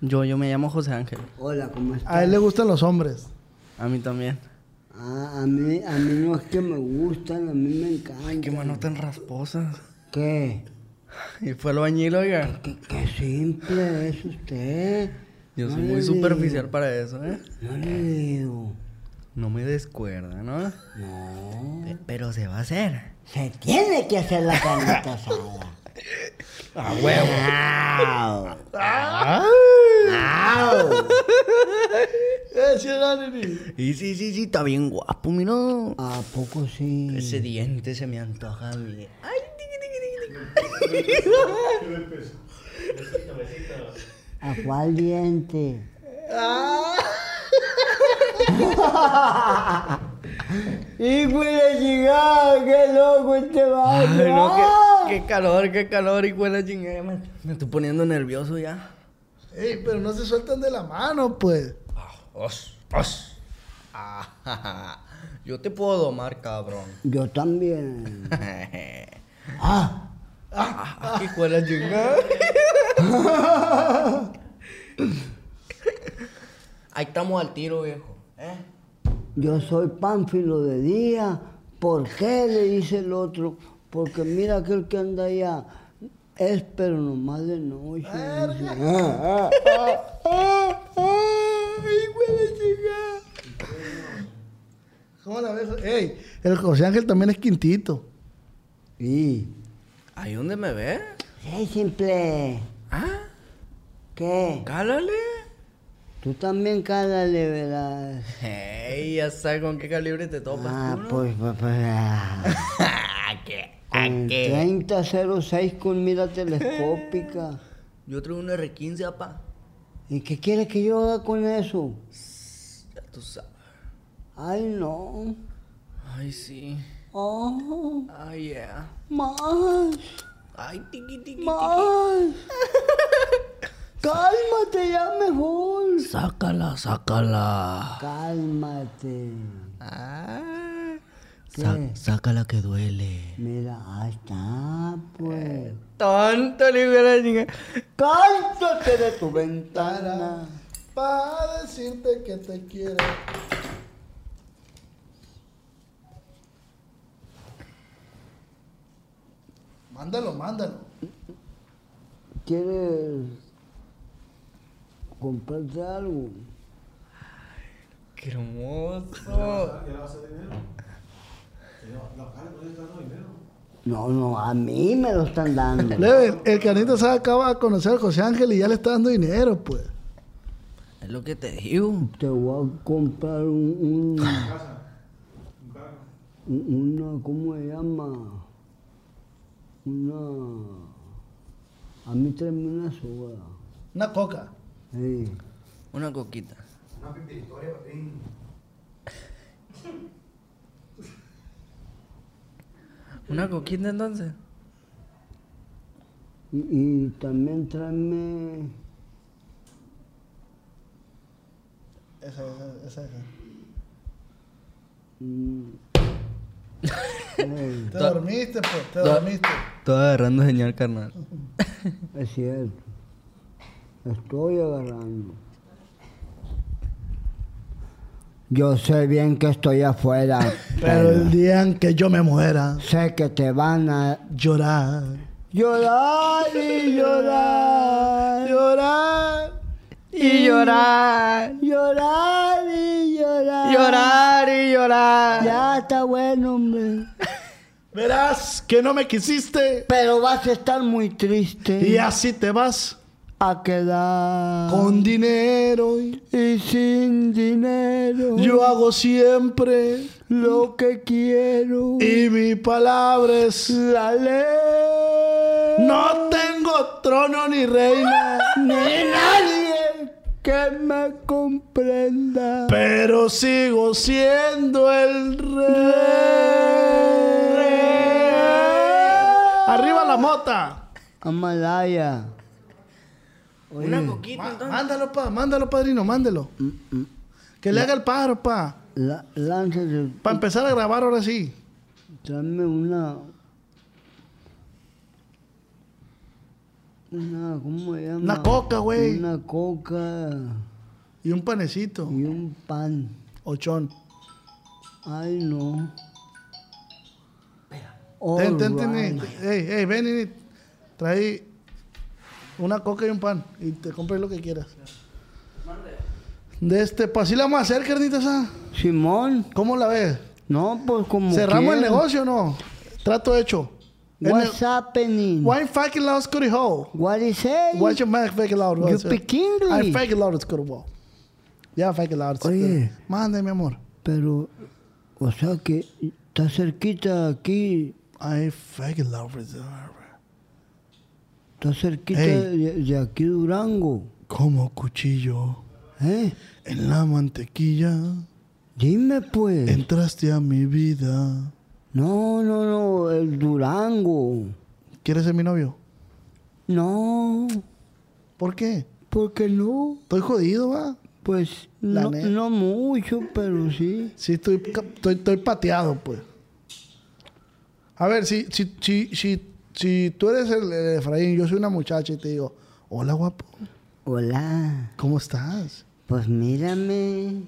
Speaker 6: Yo, yo me llamo José Ángel.
Speaker 3: Hola, ¿cómo estás?
Speaker 2: A él le gustan los hombres.
Speaker 6: A mí también.
Speaker 3: Ah, a, mí, a mí no es que me gustan, a mí me encantan.
Speaker 6: Qué manos tan rasposas.
Speaker 3: ¿Qué?
Speaker 6: Y fue el bañil, oiga.
Speaker 3: ¿Qué, qué simple es usted.
Speaker 6: Yo
Speaker 3: No
Speaker 6: soy
Speaker 3: le
Speaker 6: muy
Speaker 3: digo,
Speaker 6: superficial para eso, ¿eh?
Speaker 3: No le digo.
Speaker 6: No me descuerda, ¿no?
Speaker 3: No.
Speaker 6: Pe- Pero se va a hacer.
Speaker 3: Se tiene que hacer la carnita asada.
Speaker 2: A huevo.
Speaker 3: ¡Au! ¡Au!
Speaker 6: Eh, Y sí, sí, sí, está bien guapo, mira.
Speaker 3: ¿A poco sí?
Speaker 6: Ese diente se me antoja bien. Ay, tiqui, tiqui, tiqui, tiqui.
Speaker 3: ¿A cuál diente? ¡Hijo de chingada! ¡Qué loco este vato!
Speaker 6: Ay, no,
Speaker 3: ¡Ah!
Speaker 6: qué, qué calor, qué calor, hijo de la chingada. ya Me, me estoy poniendo nervioso ya.
Speaker 2: Ey, pero no se sueltan de la mano, pues.
Speaker 6: Os, os. Ah, ja, ja. Yo te puedo domar, cabrón.
Speaker 3: Yo también.
Speaker 6: ah. Ah, hijo de la chingada. Ahí estamos al tiro, viejo. ¿eh?
Speaker 3: Yo soy Pánfilo de día. ¿Por qué? Le dice el otro. Porque mira aquel que anda allá. Es pero nomás de noche. Ah, ah, ah, ah, ah, hijo de chingada.
Speaker 2: ¿Cómo la ves? Ey, el José Ángel también es quintito.
Speaker 3: Y...
Speaker 6: ¿Ahí donde me ves?
Speaker 3: Es simple.
Speaker 6: Ah,
Speaker 3: ¿Qué?
Speaker 6: cálale.
Speaker 3: Tú también cálale, verás.
Speaker 6: Ey, ya sabes con qué calibre te topas
Speaker 3: Ah,
Speaker 6: tú, ¿no?
Speaker 3: pues, pues, pues, ah.
Speaker 6: ¿A qué? ¿A
Speaker 3: Con
Speaker 6: qué?
Speaker 3: 3006 con mira telescópica.
Speaker 6: Yo traigo una R15, apa.
Speaker 3: ¿Y qué quieres que yo haga con eso?
Speaker 6: Ya tú sabes.
Speaker 3: Ay, no.
Speaker 6: Ay, sí.
Speaker 3: Oh,
Speaker 6: Ay, yeah.
Speaker 3: más,
Speaker 6: Ay, tiqui, tiqui, tiqui.
Speaker 3: más. Cálmate ya mejor.
Speaker 6: Sácala, sácala.
Speaker 3: Cálmate.
Speaker 6: Ah. Sa- sácala que duele.
Speaker 3: Mira, ahí está, pues.
Speaker 6: Tonto, le digo a la chica.
Speaker 3: Cálmate de tu ventana.
Speaker 2: Para decirte que te quiero. Mándalo, mándalo.
Speaker 3: ¿Quieres comprarte algo?
Speaker 6: Qué hermoso.
Speaker 5: ¿Ya vas a hacer dinero? Ya no- No, cara, no le estás dando dinero.
Speaker 3: No, no, a mí me lo están dando.
Speaker 2: Leve, el carnita se acaba de conocer a José Ángel y ya le está dando dinero, pues.
Speaker 6: Es lo que te digo.
Speaker 3: Te voy a comprar un, un- una, ¿cómo se llama? Una, a mí tráeme una soda.
Speaker 2: Una coca.
Speaker 3: Ey,
Speaker 6: Una coquita. Una coquita entonces.
Speaker 3: Y, y también tráeme,
Speaker 2: Esa, esa, esa. esa.
Speaker 3: mm, ey,
Speaker 2: Te dormiste, pues, te dormiste.
Speaker 6: Estoy agarrando señal, carnal.
Speaker 3: es cierto, estoy agarrando. Yo sé bien que estoy afuera,
Speaker 2: Pero el día en que yo me muera,
Speaker 3: sé que te van a
Speaker 2: llorar.
Speaker 3: llorar y llorar.
Speaker 2: Llorar.
Speaker 6: Y llorar.
Speaker 3: Llorar y llorar.
Speaker 6: Llorar y llorar.
Speaker 3: Ya está bueno, hombre.
Speaker 2: Verás que no me quisiste
Speaker 3: Pero vas a estar muy triste.
Speaker 2: y así te vas
Speaker 3: A quedar.
Speaker 2: con dinero.
Speaker 3: Y sin dinero.
Speaker 2: Yo hago siempre
Speaker 3: Lo que quiero.
Speaker 2: y mi palabra es
Speaker 3: La ley.
Speaker 2: no tengo trono ni reina,
Speaker 3: Ni nadie que me comprenda.
Speaker 2: pero sigo siendo el rey. Arriba la mota.
Speaker 3: Amalaya.
Speaker 6: Una coquita entonces.
Speaker 2: Mándalo pa, mándalo padrino, mándelo. mm. Que le haga el pájaro pa,
Speaker 3: La, lánzate.
Speaker 2: para empezar a grabar ahora sí.
Speaker 3: Dame una. Una, ¿cómo se llama?
Speaker 2: Una coca, güey.
Speaker 3: Una coca
Speaker 2: Y un panecito,
Speaker 3: y un pan.
Speaker 2: ochón.
Speaker 3: Ay, no.
Speaker 2: Ten, ten,
Speaker 3: All
Speaker 2: ten,
Speaker 3: right.
Speaker 2: eh. Ey, ey, ven y trae una coca y un pan y te compras lo que quieras. De este, pues así la vamos a hacer, carnita esa.
Speaker 3: Simón,
Speaker 2: ¿Cómo la ves?
Speaker 3: no, pues como.
Speaker 2: ¿Cerramos el
Speaker 3: quieras.
Speaker 2: negocio o no? Trato hecho. El
Speaker 3: What's
Speaker 2: ne-
Speaker 3: happening?
Speaker 2: Why fucking loud Scotty Ho?
Speaker 3: What is it?
Speaker 2: Why your man fake loud?
Speaker 3: You speak English.
Speaker 2: I fake loud Scotty Ho. Ya fake loud Scotty.
Speaker 3: Oye.
Speaker 2: Mande, mi amor.
Speaker 3: Pero, o sea que está cerquita aquí.
Speaker 2: I fake loud
Speaker 3: Está cerquita
Speaker 2: Ey.
Speaker 3: de, de aquí Durango.
Speaker 2: Como cuchillo
Speaker 3: ¿Eh?
Speaker 2: en la mantequilla.
Speaker 3: Dime pues.
Speaker 2: Entraste a mi vida.
Speaker 3: No, no, no, el Durango.
Speaker 2: ¿Quieres ser mi novio?
Speaker 3: No,
Speaker 2: ¿Por qué?
Speaker 3: porque no,
Speaker 2: Estoy jodido, va.
Speaker 3: pues
Speaker 2: La
Speaker 3: no,
Speaker 2: neta.
Speaker 3: no mucho, pero sí.
Speaker 2: Sí, estoy, ca- estoy, estoy pateado, pues. A ver, si, si, si, si, si tú eres el, el Efraín, yo soy una muchacha y te digo, hola guapo,
Speaker 3: Hola,
Speaker 2: ¿cómo estás?
Speaker 3: pues mírame,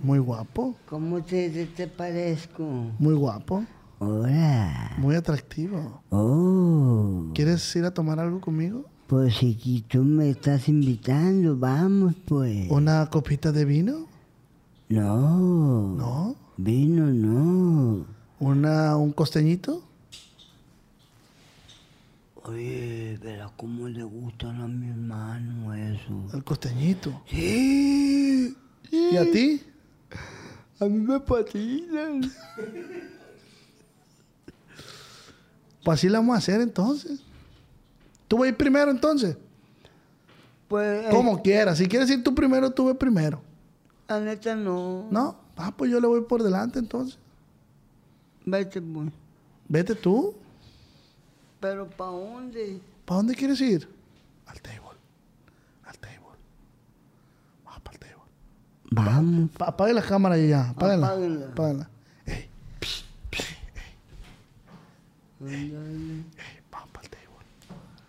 Speaker 2: Muy guapo,
Speaker 3: ¿cómo te, te, te parezco?
Speaker 2: muy guapo,
Speaker 3: Hola,
Speaker 2: muy atractivo.
Speaker 3: oh,
Speaker 2: ¿Quieres ir a tomar algo conmigo?
Speaker 3: pues si tú me estás invitando, vamos pues.
Speaker 2: ¿Una copita de vino?
Speaker 3: No,
Speaker 2: ¿No?
Speaker 3: vino no.
Speaker 2: ¿Una, ¿Un costeñito?
Speaker 3: Oye, pero cómo le gustan a mi hermano eso.
Speaker 2: Al costeñito.
Speaker 3: Sí,
Speaker 2: ¿Y a ti?
Speaker 3: a mí me patinan.
Speaker 2: Pues así la vamos a hacer entonces. Tú vas a ir primero entonces.
Speaker 3: Pues, eh,
Speaker 2: Como quieras. Si quieres ir tú primero, tú ve primero.
Speaker 3: la neta no.
Speaker 2: No, ah, pues yo le voy por delante entonces.
Speaker 3: Vete, pues.
Speaker 2: Vete tú.
Speaker 3: Pero ¿para dónde?
Speaker 2: ¿Para dónde quieres ir? Al table. Al table. Vamos para el table.
Speaker 3: Vamos.
Speaker 2: Pa- apague la cámara ahí ya. Apáguenla.
Speaker 3: Apáguenla.
Speaker 2: Apáguenla.
Speaker 3: Ándale.
Speaker 2: Ey, vamos para el table.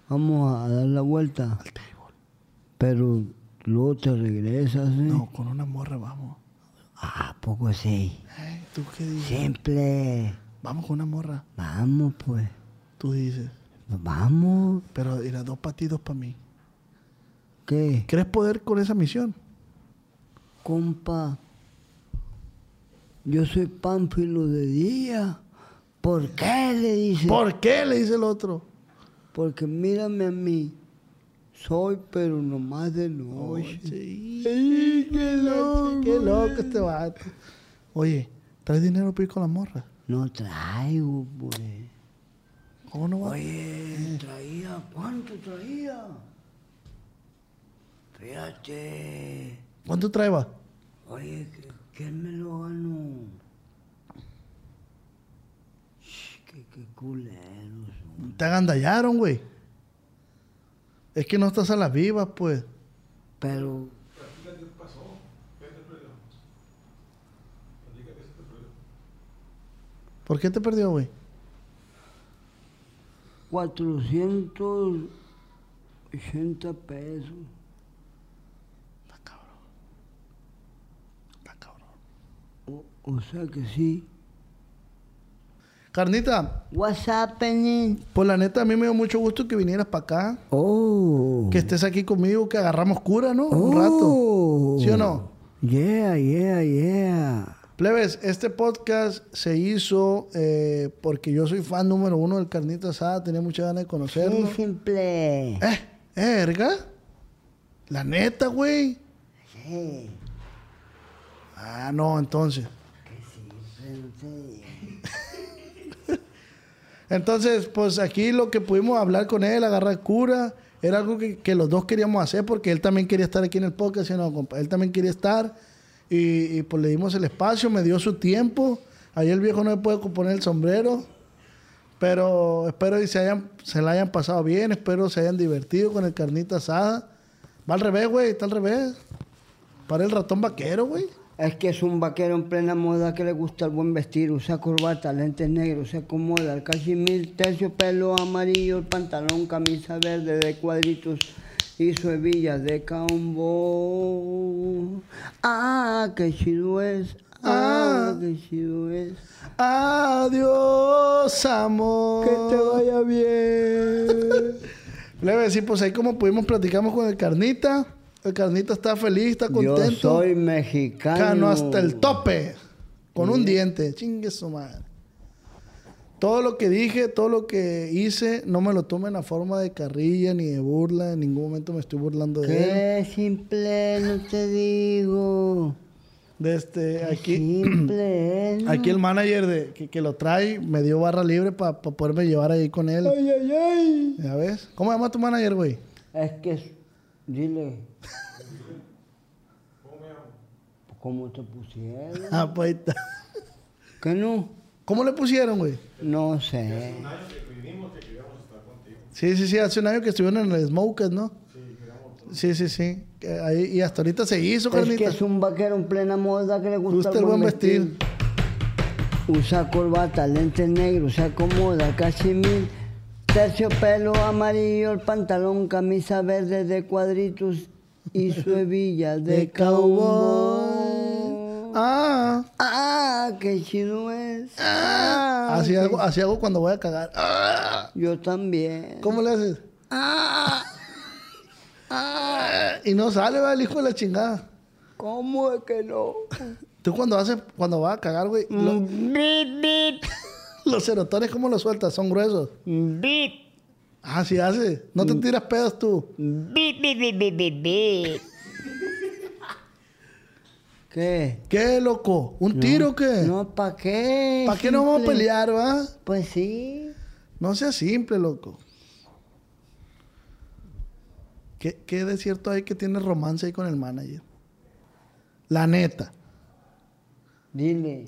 Speaker 3: Vamos a dar la vuelta.
Speaker 2: Al table.
Speaker 3: Pero luego te regresas, ¿eh?
Speaker 2: No, con una morra vamos.
Speaker 3: Ah, ¿a poco sí.
Speaker 2: Ey, ¿Tú qué dices?
Speaker 3: Siempre.
Speaker 2: Vamos con una morra.
Speaker 3: Vamos, pues.
Speaker 2: Tú dices.
Speaker 3: Vamos.
Speaker 2: Pero irá dos partidos para mí.
Speaker 3: ¿Qué?
Speaker 2: ¿Crees poder con esa misión?
Speaker 3: Compa. Yo soy Pánfilo de día. ¿Por qué le dice?
Speaker 2: ¿Por qué? Le dice el otro.
Speaker 3: Porque mírame a mí. Soy, pero nomás de noche.
Speaker 2: Sí. qué loco. Qué loco este vato. Oye, ¿traes dinero para ir con la morra?
Speaker 3: No traigo, pues.
Speaker 2: ¿Cómo no va?
Speaker 3: Oye, traía, ¿cuánto traía? Fíjate.
Speaker 2: ¿Cuánto trae va?
Speaker 3: Oye, ¿qu- ¿quién me lo ganó? Sh, Qué, qué culeros. son.
Speaker 2: Te agandallaron, güey. Es que no estás a las vivas, pues.
Speaker 3: Pero,
Speaker 2: ¿Por qué te perdió, güey?
Speaker 3: 480 pesos.
Speaker 2: Está cabrón. Está cabrón.
Speaker 3: O, o sea que sí.
Speaker 2: Carnita,
Speaker 3: What's happening?
Speaker 2: pues la neta a mí me dio mucho gusto que vinieras para acá.
Speaker 3: Oh.
Speaker 2: Que estés aquí conmigo, que agarramos cura, ¿no? Un rato. ¿Sí o no?
Speaker 3: Yeah, yeah, yeah.
Speaker 2: Plebes, este podcast se hizo eh, porque yo soy fan número uno del Carnita Asada, tenía muchas ganas de conocerlo.
Speaker 3: Muy simple.
Speaker 2: Eh, erga. La neta, güey.
Speaker 3: Sí.
Speaker 2: Ah, no, entonces. Entonces, pues aquí lo que pudimos hablar con él, agarrar cura, era algo que, que los dos queríamos hacer porque él también quería estar aquí en el podcast, ¿sí o no, compa? Él también quería estar y, y, pues le dimos el espacio, me dio su tiempo. Ahí el viejo no me puede poner el sombrero, pero espero y se, hayan, se la hayan pasado bien, espero se hayan divertido con el carnita asada. Va al revés, güey, está al revés. Para el ratón vaquero, güey.
Speaker 3: Es que es un vaquero en plena moda que le gusta el buen vestir, usa corbata, lentes negros, se acomoda, el cachemir, terciopelo amarillo, el pantalón, camisa verde de cuadritos y su hebilla de cambo. Ah, qué chido es, ah,
Speaker 2: Ah.
Speaker 3: qué chido es.
Speaker 2: Adiós, amor.
Speaker 3: Que te vaya
Speaker 2: bien. Le voy a decir, pues ahí como pudimos, platicamos con el Carnita. El Carnita está feliz, está contento.
Speaker 3: Yo soy mexicano.
Speaker 2: Cano hasta el tope. Con un diente. Chingue su madre. Todo lo que dije, todo lo que hice, no me lo tomen a forma de carrilla ni de burla. En ningún momento me estoy burlando de él.
Speaker 3: Qué simple, no te digo.
Speaker 2: De este, aquí,
Speaker 3: Simple es, ¿no?
Speaker 2: aquí el manager de, que, que lo trae me dio barra libre para poderme llevar ahí con él.
Speaker 3: Ay, ay, ay.
Speaker 2: ¿Ya ves? ¿Cómo llama tu manager, güey?
Speaker 3: Es que, es- dile. ¿Cómo te pusieron?
Speaker 2: Ah, pues ahí está.
Speaker 3: ¿Que no?
Speaker 2: ¿Cómo le pusieron, güey?
Speaker 3: No sé.
Speaker 2: Sí, sí, sí, hace un año que estuvieron en el Smokers, ¿no? Sí, sí, sí. Que ahí- y hasta ahorita se hizo,
Speaker 3: Es que
Speaker 2: carnita.
Speaker 3: es un vaquero en plena moda que le gusta,
Speaker 2: Gusta el buen vestir.
Speaker 3: Usa corbata, lentes negros, se acomoda, casi mil. Terciopelo amarillo, el pantalón, camisa verde de cuadritos y su hebilla de
Speaker 2: De cowboy.
Speaker 3: cowboy.
Speaker 2: Ah.
Speaker 3: Ah, qué chido es. Ah,
Speaker 2: Así hago, así hago cuando voy a cagar. Ah.
Speaker 3: Yo también.
Speaker 2: ¿Cómo le haces? Ah. Ah. Y no sale, va el hijo de la chingada.
Speaker 3: ¿Cómo es que no?
Speaker 2: Tú cuando haces, cuando vas a cagar, güey, lo-
Speaker 3: Mm. Bip, bip,
Speaker 2: los serotones, ¿cómo los sueltas? Son gruesos.
Speaker 3: bip.
Speaker 2: Ah, sí hace. No te
Speaker 3: Mm.
Speaker 2: tiras pedas tú.
Speaker 3: ¿Qué?
Speaker 2: ¿Qué, loco? ¿Un tiro o qué?
Speaker 3: No, ¿para qué?
Speaker 2: ¿Para qué nos vamos a
Speaker 3: Simple.
Speaker 2: pelear, va?
Speaker 3: Pues sí.
Speaker 2: No sea simple, loco. ¿Qué, qué de cierto hay que tiene romance ahí con el manager? La neta.
Speaker 3: Dile.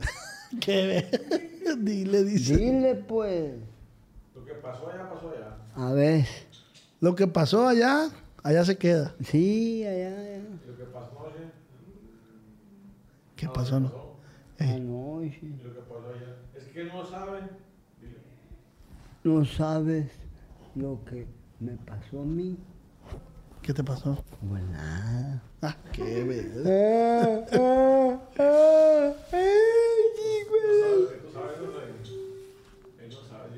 Speaker 2: ¿Qué ve? Dile, dice.
Speaker 3: Dile, pues.
Speaker 5: Lo que pasó allá, pasó allá.
Speaker 3: A ver.
Speaker 2: Lo que pasó allá, allá se queda.
Speaker 3: Sí, allá, allá.
Speaker 5: Y lo que pasó anoche,
Speaker 2: ¿Qué pasó? No? Ey.
Speaker 3: Anoche.
Speaker 5: y lo que pasó allá. Es que no saben. Dile,
Speaker 3: No sabes lo que me pasó a mí.
Speaker 2: ¿Qué te pasó?
Speaker 3: Pues nada.
Speaker 2: Ah, qué ve.
Speaker 3: Ah, ah, ah, ay, sí, güey.
Speaker 5: tú sabes, no saben. Él no sabe,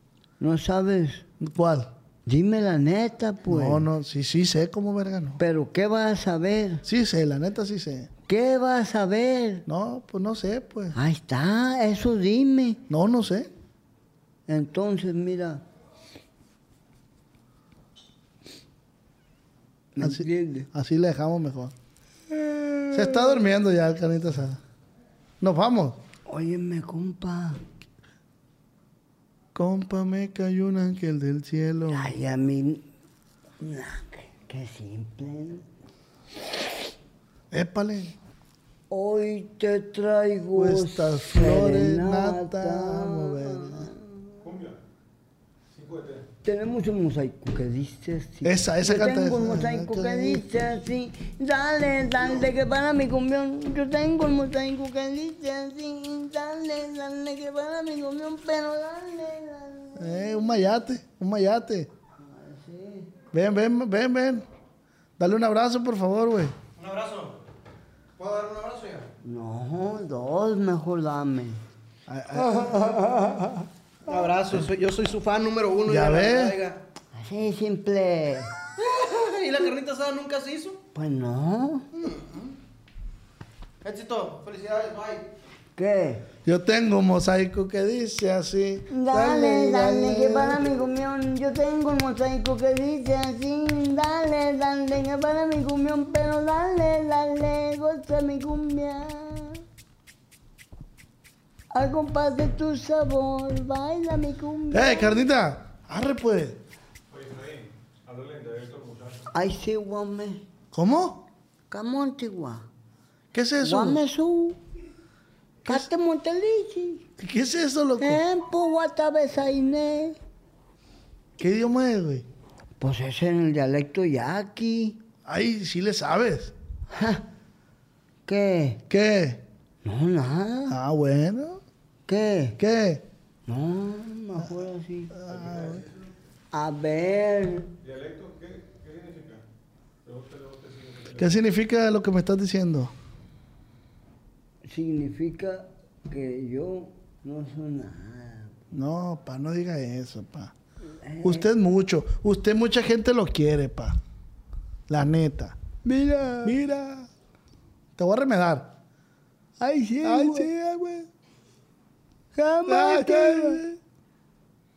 Speaker 5: dile.
Speaker 3: No sabes.
Speaker 2: ¿Cuál?
Speaker 3: Dime la neta, pues.
Speaker 2: No, no, sí, sí sé cómo verga no.
Speaker 3: Pero ¿qué vas a saber?
Speaker 2: Sí sé, la neta sí sé.
Speaker 3: ¿Qué vas a saber?
Speaker 2: No, pues no sé, pues.
Speaker 3: Ahí está, eso dime.
Speaker 2: No, no sé.
Speaker 3: Entonces, mira. ¿Me
Speaker 2: Así-
Speaker 3: entiendes?
Speaker 2: Así la dejamos mejor. Se está durmiendo ya el carnita asada. Nos vamos.
Speaker 3: Óyeme, compa.
Speaker 2: Compa, me cayó un ángel del cielo.
Speaker 3: Ay, a mí. Nah, qué, qué simple. ¿no?
Speaker 2: Épale.
Speaker 3: Hoy te traigo
Speaker 2: Estas flores nata.
Speaker 3: serenata.
Speaker 5: Cumbia. 5 de 3.
Speaker 3: Tenemos un mosaico que dice así.
Speaker 2: Esa, esa
Speaker 3: Yo
Speaker 2: canta
Speaker 3: Tengo un
Speaker 2: esa.
Speaker 3: mosaico que dice así. Dale, dale, que para mi cumbión. Yo tengo un mosaico que dice así. Dale, dale, que para mi cumbión. Pero dale, dale.
Speaker 2: Eh, un mayate, un mayate. Ven, ven, ven, ven. Dale un abrazo, por favor, güey.
Speaker 4: Un abrazo. ¿Puedo dar un abrazo ya?
Speaker 3: No, dos mejor dame.
Speaker 6: Un abrazo, soy- yo soy su fan número
Speaker 2: Ya
Speaker 6: uno. y la
Speaker 2: ve.
Speaker 6: verdad, oiga.
Speaker 3: Así simple.
Speaker 6: y la carnita asada nunca se hizo.
Speaker 3: Pues no.
Speaker 6: Éxito, felicidades, bye.
Speaker 3: ¿Qué?
Speaker 2: Yo tengo un mosaico que dice así.
Speaker 3: Dale, dale, que para mi comión yo tengo un mosaico que dice así. Dale, dale, que para mi comión, pero dale, dale, goza mi cumbia. Al compás de tu sabor, baila mi cumbia.
Speaker 2: Eh, carnita. Arre, pues.
Speaker 5: Oye, Efraín, háblale de esto al muchacho.
Speaker 3: Ay, sí, guame,
Speaker 2: ¿Cómo?
Speaker 3: camontigua,
Speaker 2: ¿Qué es eso?
Speaker 3: su, cate montelichi,
Speaker 2: ¿Qué es eso, loco?
Speaker 3: empo guatabesainé.
Speaker 2: ¿Qué idioma es, güey?
Speaker 3: Pues es en el dialecto yaqui.
Speaker 2: Ay, sí le sabes.
Speaker 3: ¿Qué?
Speaker 2: ¿Qué?
Speaker 3: No, nada.
Speaker 2: Ah, bueno.
Speaker 3: ¿Qué?
Speaker 2: ¿Qué?
Speaker 3: No, mejor así. A ver,
Speaker 5: ¿Dialecto qué, qué significa? Luego te, luego te sigo.
Speaker 2: ¿Qué significa lo que me estás diciendo?
Speaker 3: significa que yo no soy nada.
Speaker 2: No, pa, no diga eso, pa. Usted mucho. Usted mucha gente lo quiere, pa. La neta. Mira. Mira. Te voy a remedar.
Speaker 3: Ay, sí,
Speaker 2: Ay,
Speaker 3: güey.
Speaker 2: sí, Ah, ay, güey.
Speaker 3: Jamás
Speaker 2: Ay,
Speaker 3: te-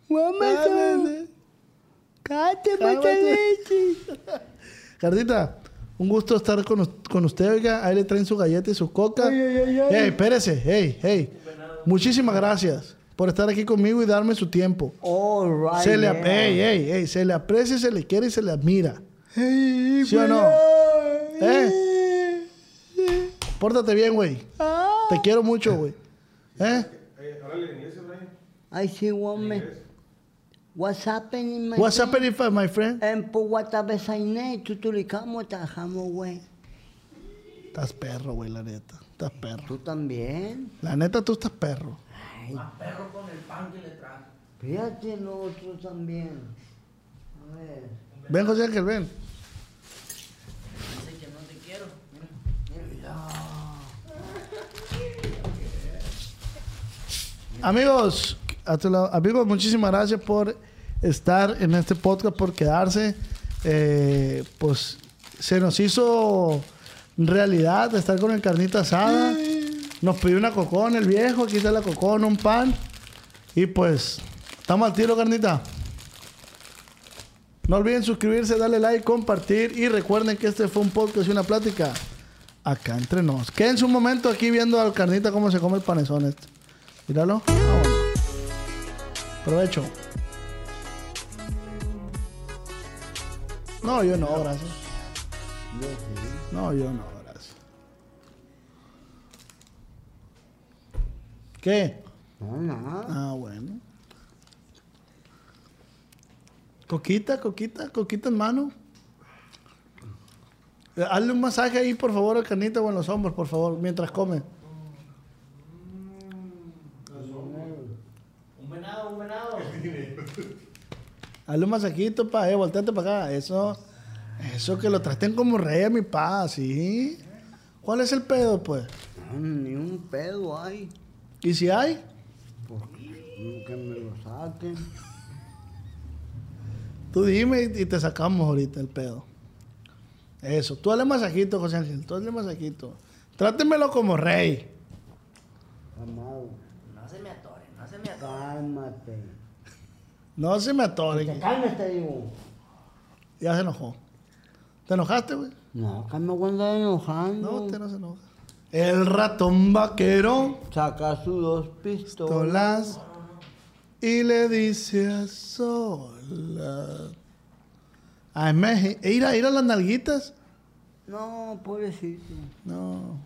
Speaker 2: güey.
Speaker 3: jamás
Speaker 2: Ay,
Speaker 3: te-
Speaker 2: güey.
Speaker 3: cállate,
Speaker 2: Jamás
Speaker 3: mata
Speaker 2: te-
Speaker 3: leche.
Speaker 2: Carnita, un gusto estar con, us- con usted, oiga. Ahí le traen su galleta y su coca.
Speaker 3: Ay, ay, ay, ay.
Speaker 2: Ey, espérese. Ey, ey. Muchísimas gracias por estar aquí conmigo y darme su tiempo.
Speaker 3: All right,
Speaker 2: se le,
Speaker 3: man.
Speaker 2: ap- ey, ey, ey, se le aprecia, se le quiere y se le admira.
Speaker 3: Ey,
Speaker 2: ¿Sí o no?
Speaker 3: güey.
Speaker 2: ¿Eh? Pórtate bien, güey.
Speaker 3: Ah.
Speaker 2: Te quiero mucho, güey. ¿Eh?
Speaker 5: Eh, háblale en inglés, Efraín.
Speaker 3: Ay, sí, woman.
Speaker 5: ¿Inglés?
Speaker 3: What's happening, man?
Speaker 2: What's happening, fa- my friend?
Speaker 3: Empo guatabesainé, tutulicamo, tajamo, güey.
Speaker 2: Estás perro, güey, la neta. Estás perro.
Speaker 3: Tú también.
Speaker 2: La neta, tú estás perro.
Speaker 3: Ay,
Speaker 4: Perro con el pan que le traje.
Speaker 3: Fíjate en lo otro también. A ver.
Speaker 2: Ven, José Ángel, ven.
Speaker 4: Dice que no te quiero. Mira.
Speaker 2: Amigos, a tu lado- amigos, muchísimas gracias por estar en este podcast, por quedarse. Eh, pues se nos hizo realidad estar con el carnita asada. Nos pidió una cocón el viejo, aquí está la cocón, un pan. Y pues, estamos al tiro, carnita. No olviden suscribirse, darle like, compartir y recuerden que este fue un podcast y una plática acá entre nos. Quédense un momento aquí viendo al carnita cómo se come el panezón este. Míralo. Vámonos. Provecho. No, yo no, gracias. No, yo no, gracias. ¿Qué?
Speaker 3: No, nada.
Speaker 2: Ah, bueno. Coquita, coquita, coquita en mano. Eh, Hazle un masaje ahí, por favor, al canita o en los hombros, por favor, mientras come.
Speaker 4: Un venado, un venado.
Speaker 2: Hazle un masajito, pa, eh, volteate para acá. Eso, eso que lo traten como rey, mi pa, sí. ¿Cuál es el pedo, pues?
Speaker 3: No, Ni un pedo hay.
Speaker 2: ¿Y
Speaker 3: Pues,
Speaker 2: si hay?
Speaker 3: Que me lo saquen.
Speaker 2: Tú dime y y te sacamos ahorita el pedo. Eso. Tú dale masajito, José Ángel. Tú dale masajito. Trátemelo como rey.
Speaker 3: Amado,
Speaker 4: No se me atoren, no se me atoren.
Speaker 3: cálmate.
Speaker 2: No se me
Speaker 3: Te
Speaker 2: atore.
Speaker 3: calmes, te digo.
Speaker 2: Ya se enojó. ¿Te enojaste, güey?
Speaker 3: No, que me voy a andar enojando.
Speaker 2: No, usted no se enoja. El ratón vaquero
Speaker 3: Saca sus dos pistolas.
Speaker 2: tolas y le dice a Sola. Ay, Meji. E Ir a, ir a las nalguitas.
Speaker 3: No, pobrecito.
Speaker 2: No.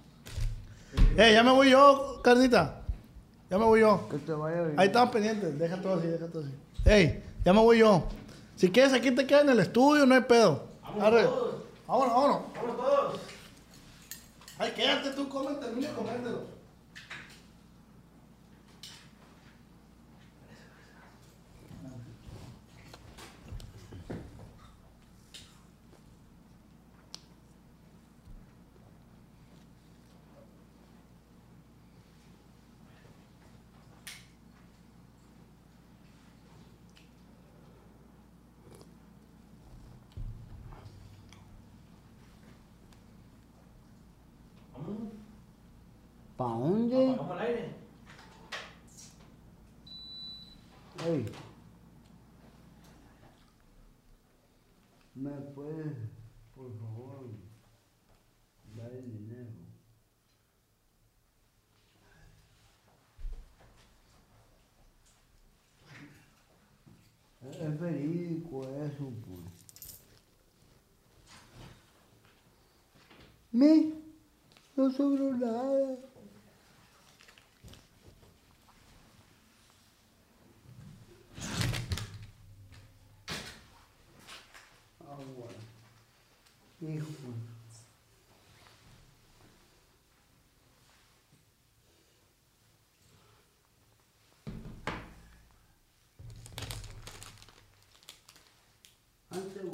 Speaker 2: Eh, ya me voy yo, carnita. Ya me voy yo.
Speaker 3: Que te vaya bien.
Speaker 2: Ahí estamos pendientes. Deja todo así, deja todo así. Ey, ya me voy yo. Si quieres, aquí te quedas en el estudio, no hay pedo. Arre. Vámonos, vámonos.
Speaker 4: Vamos todos.
Speaker 2: Ay, quédate tú, come, termina de comértelo.
Speaker 4: Vamos.
Speaker 3: ¿Pa dónde?
Speaker 4: Apagamos el aire.
Speaker 3: Ey. ¿Me puedes, por favor, né, dar el dinero? Es es verídico eso, pues.
Speaker 7: Me, no sobró nada.
Speaker 3: Hijo. Antes uno.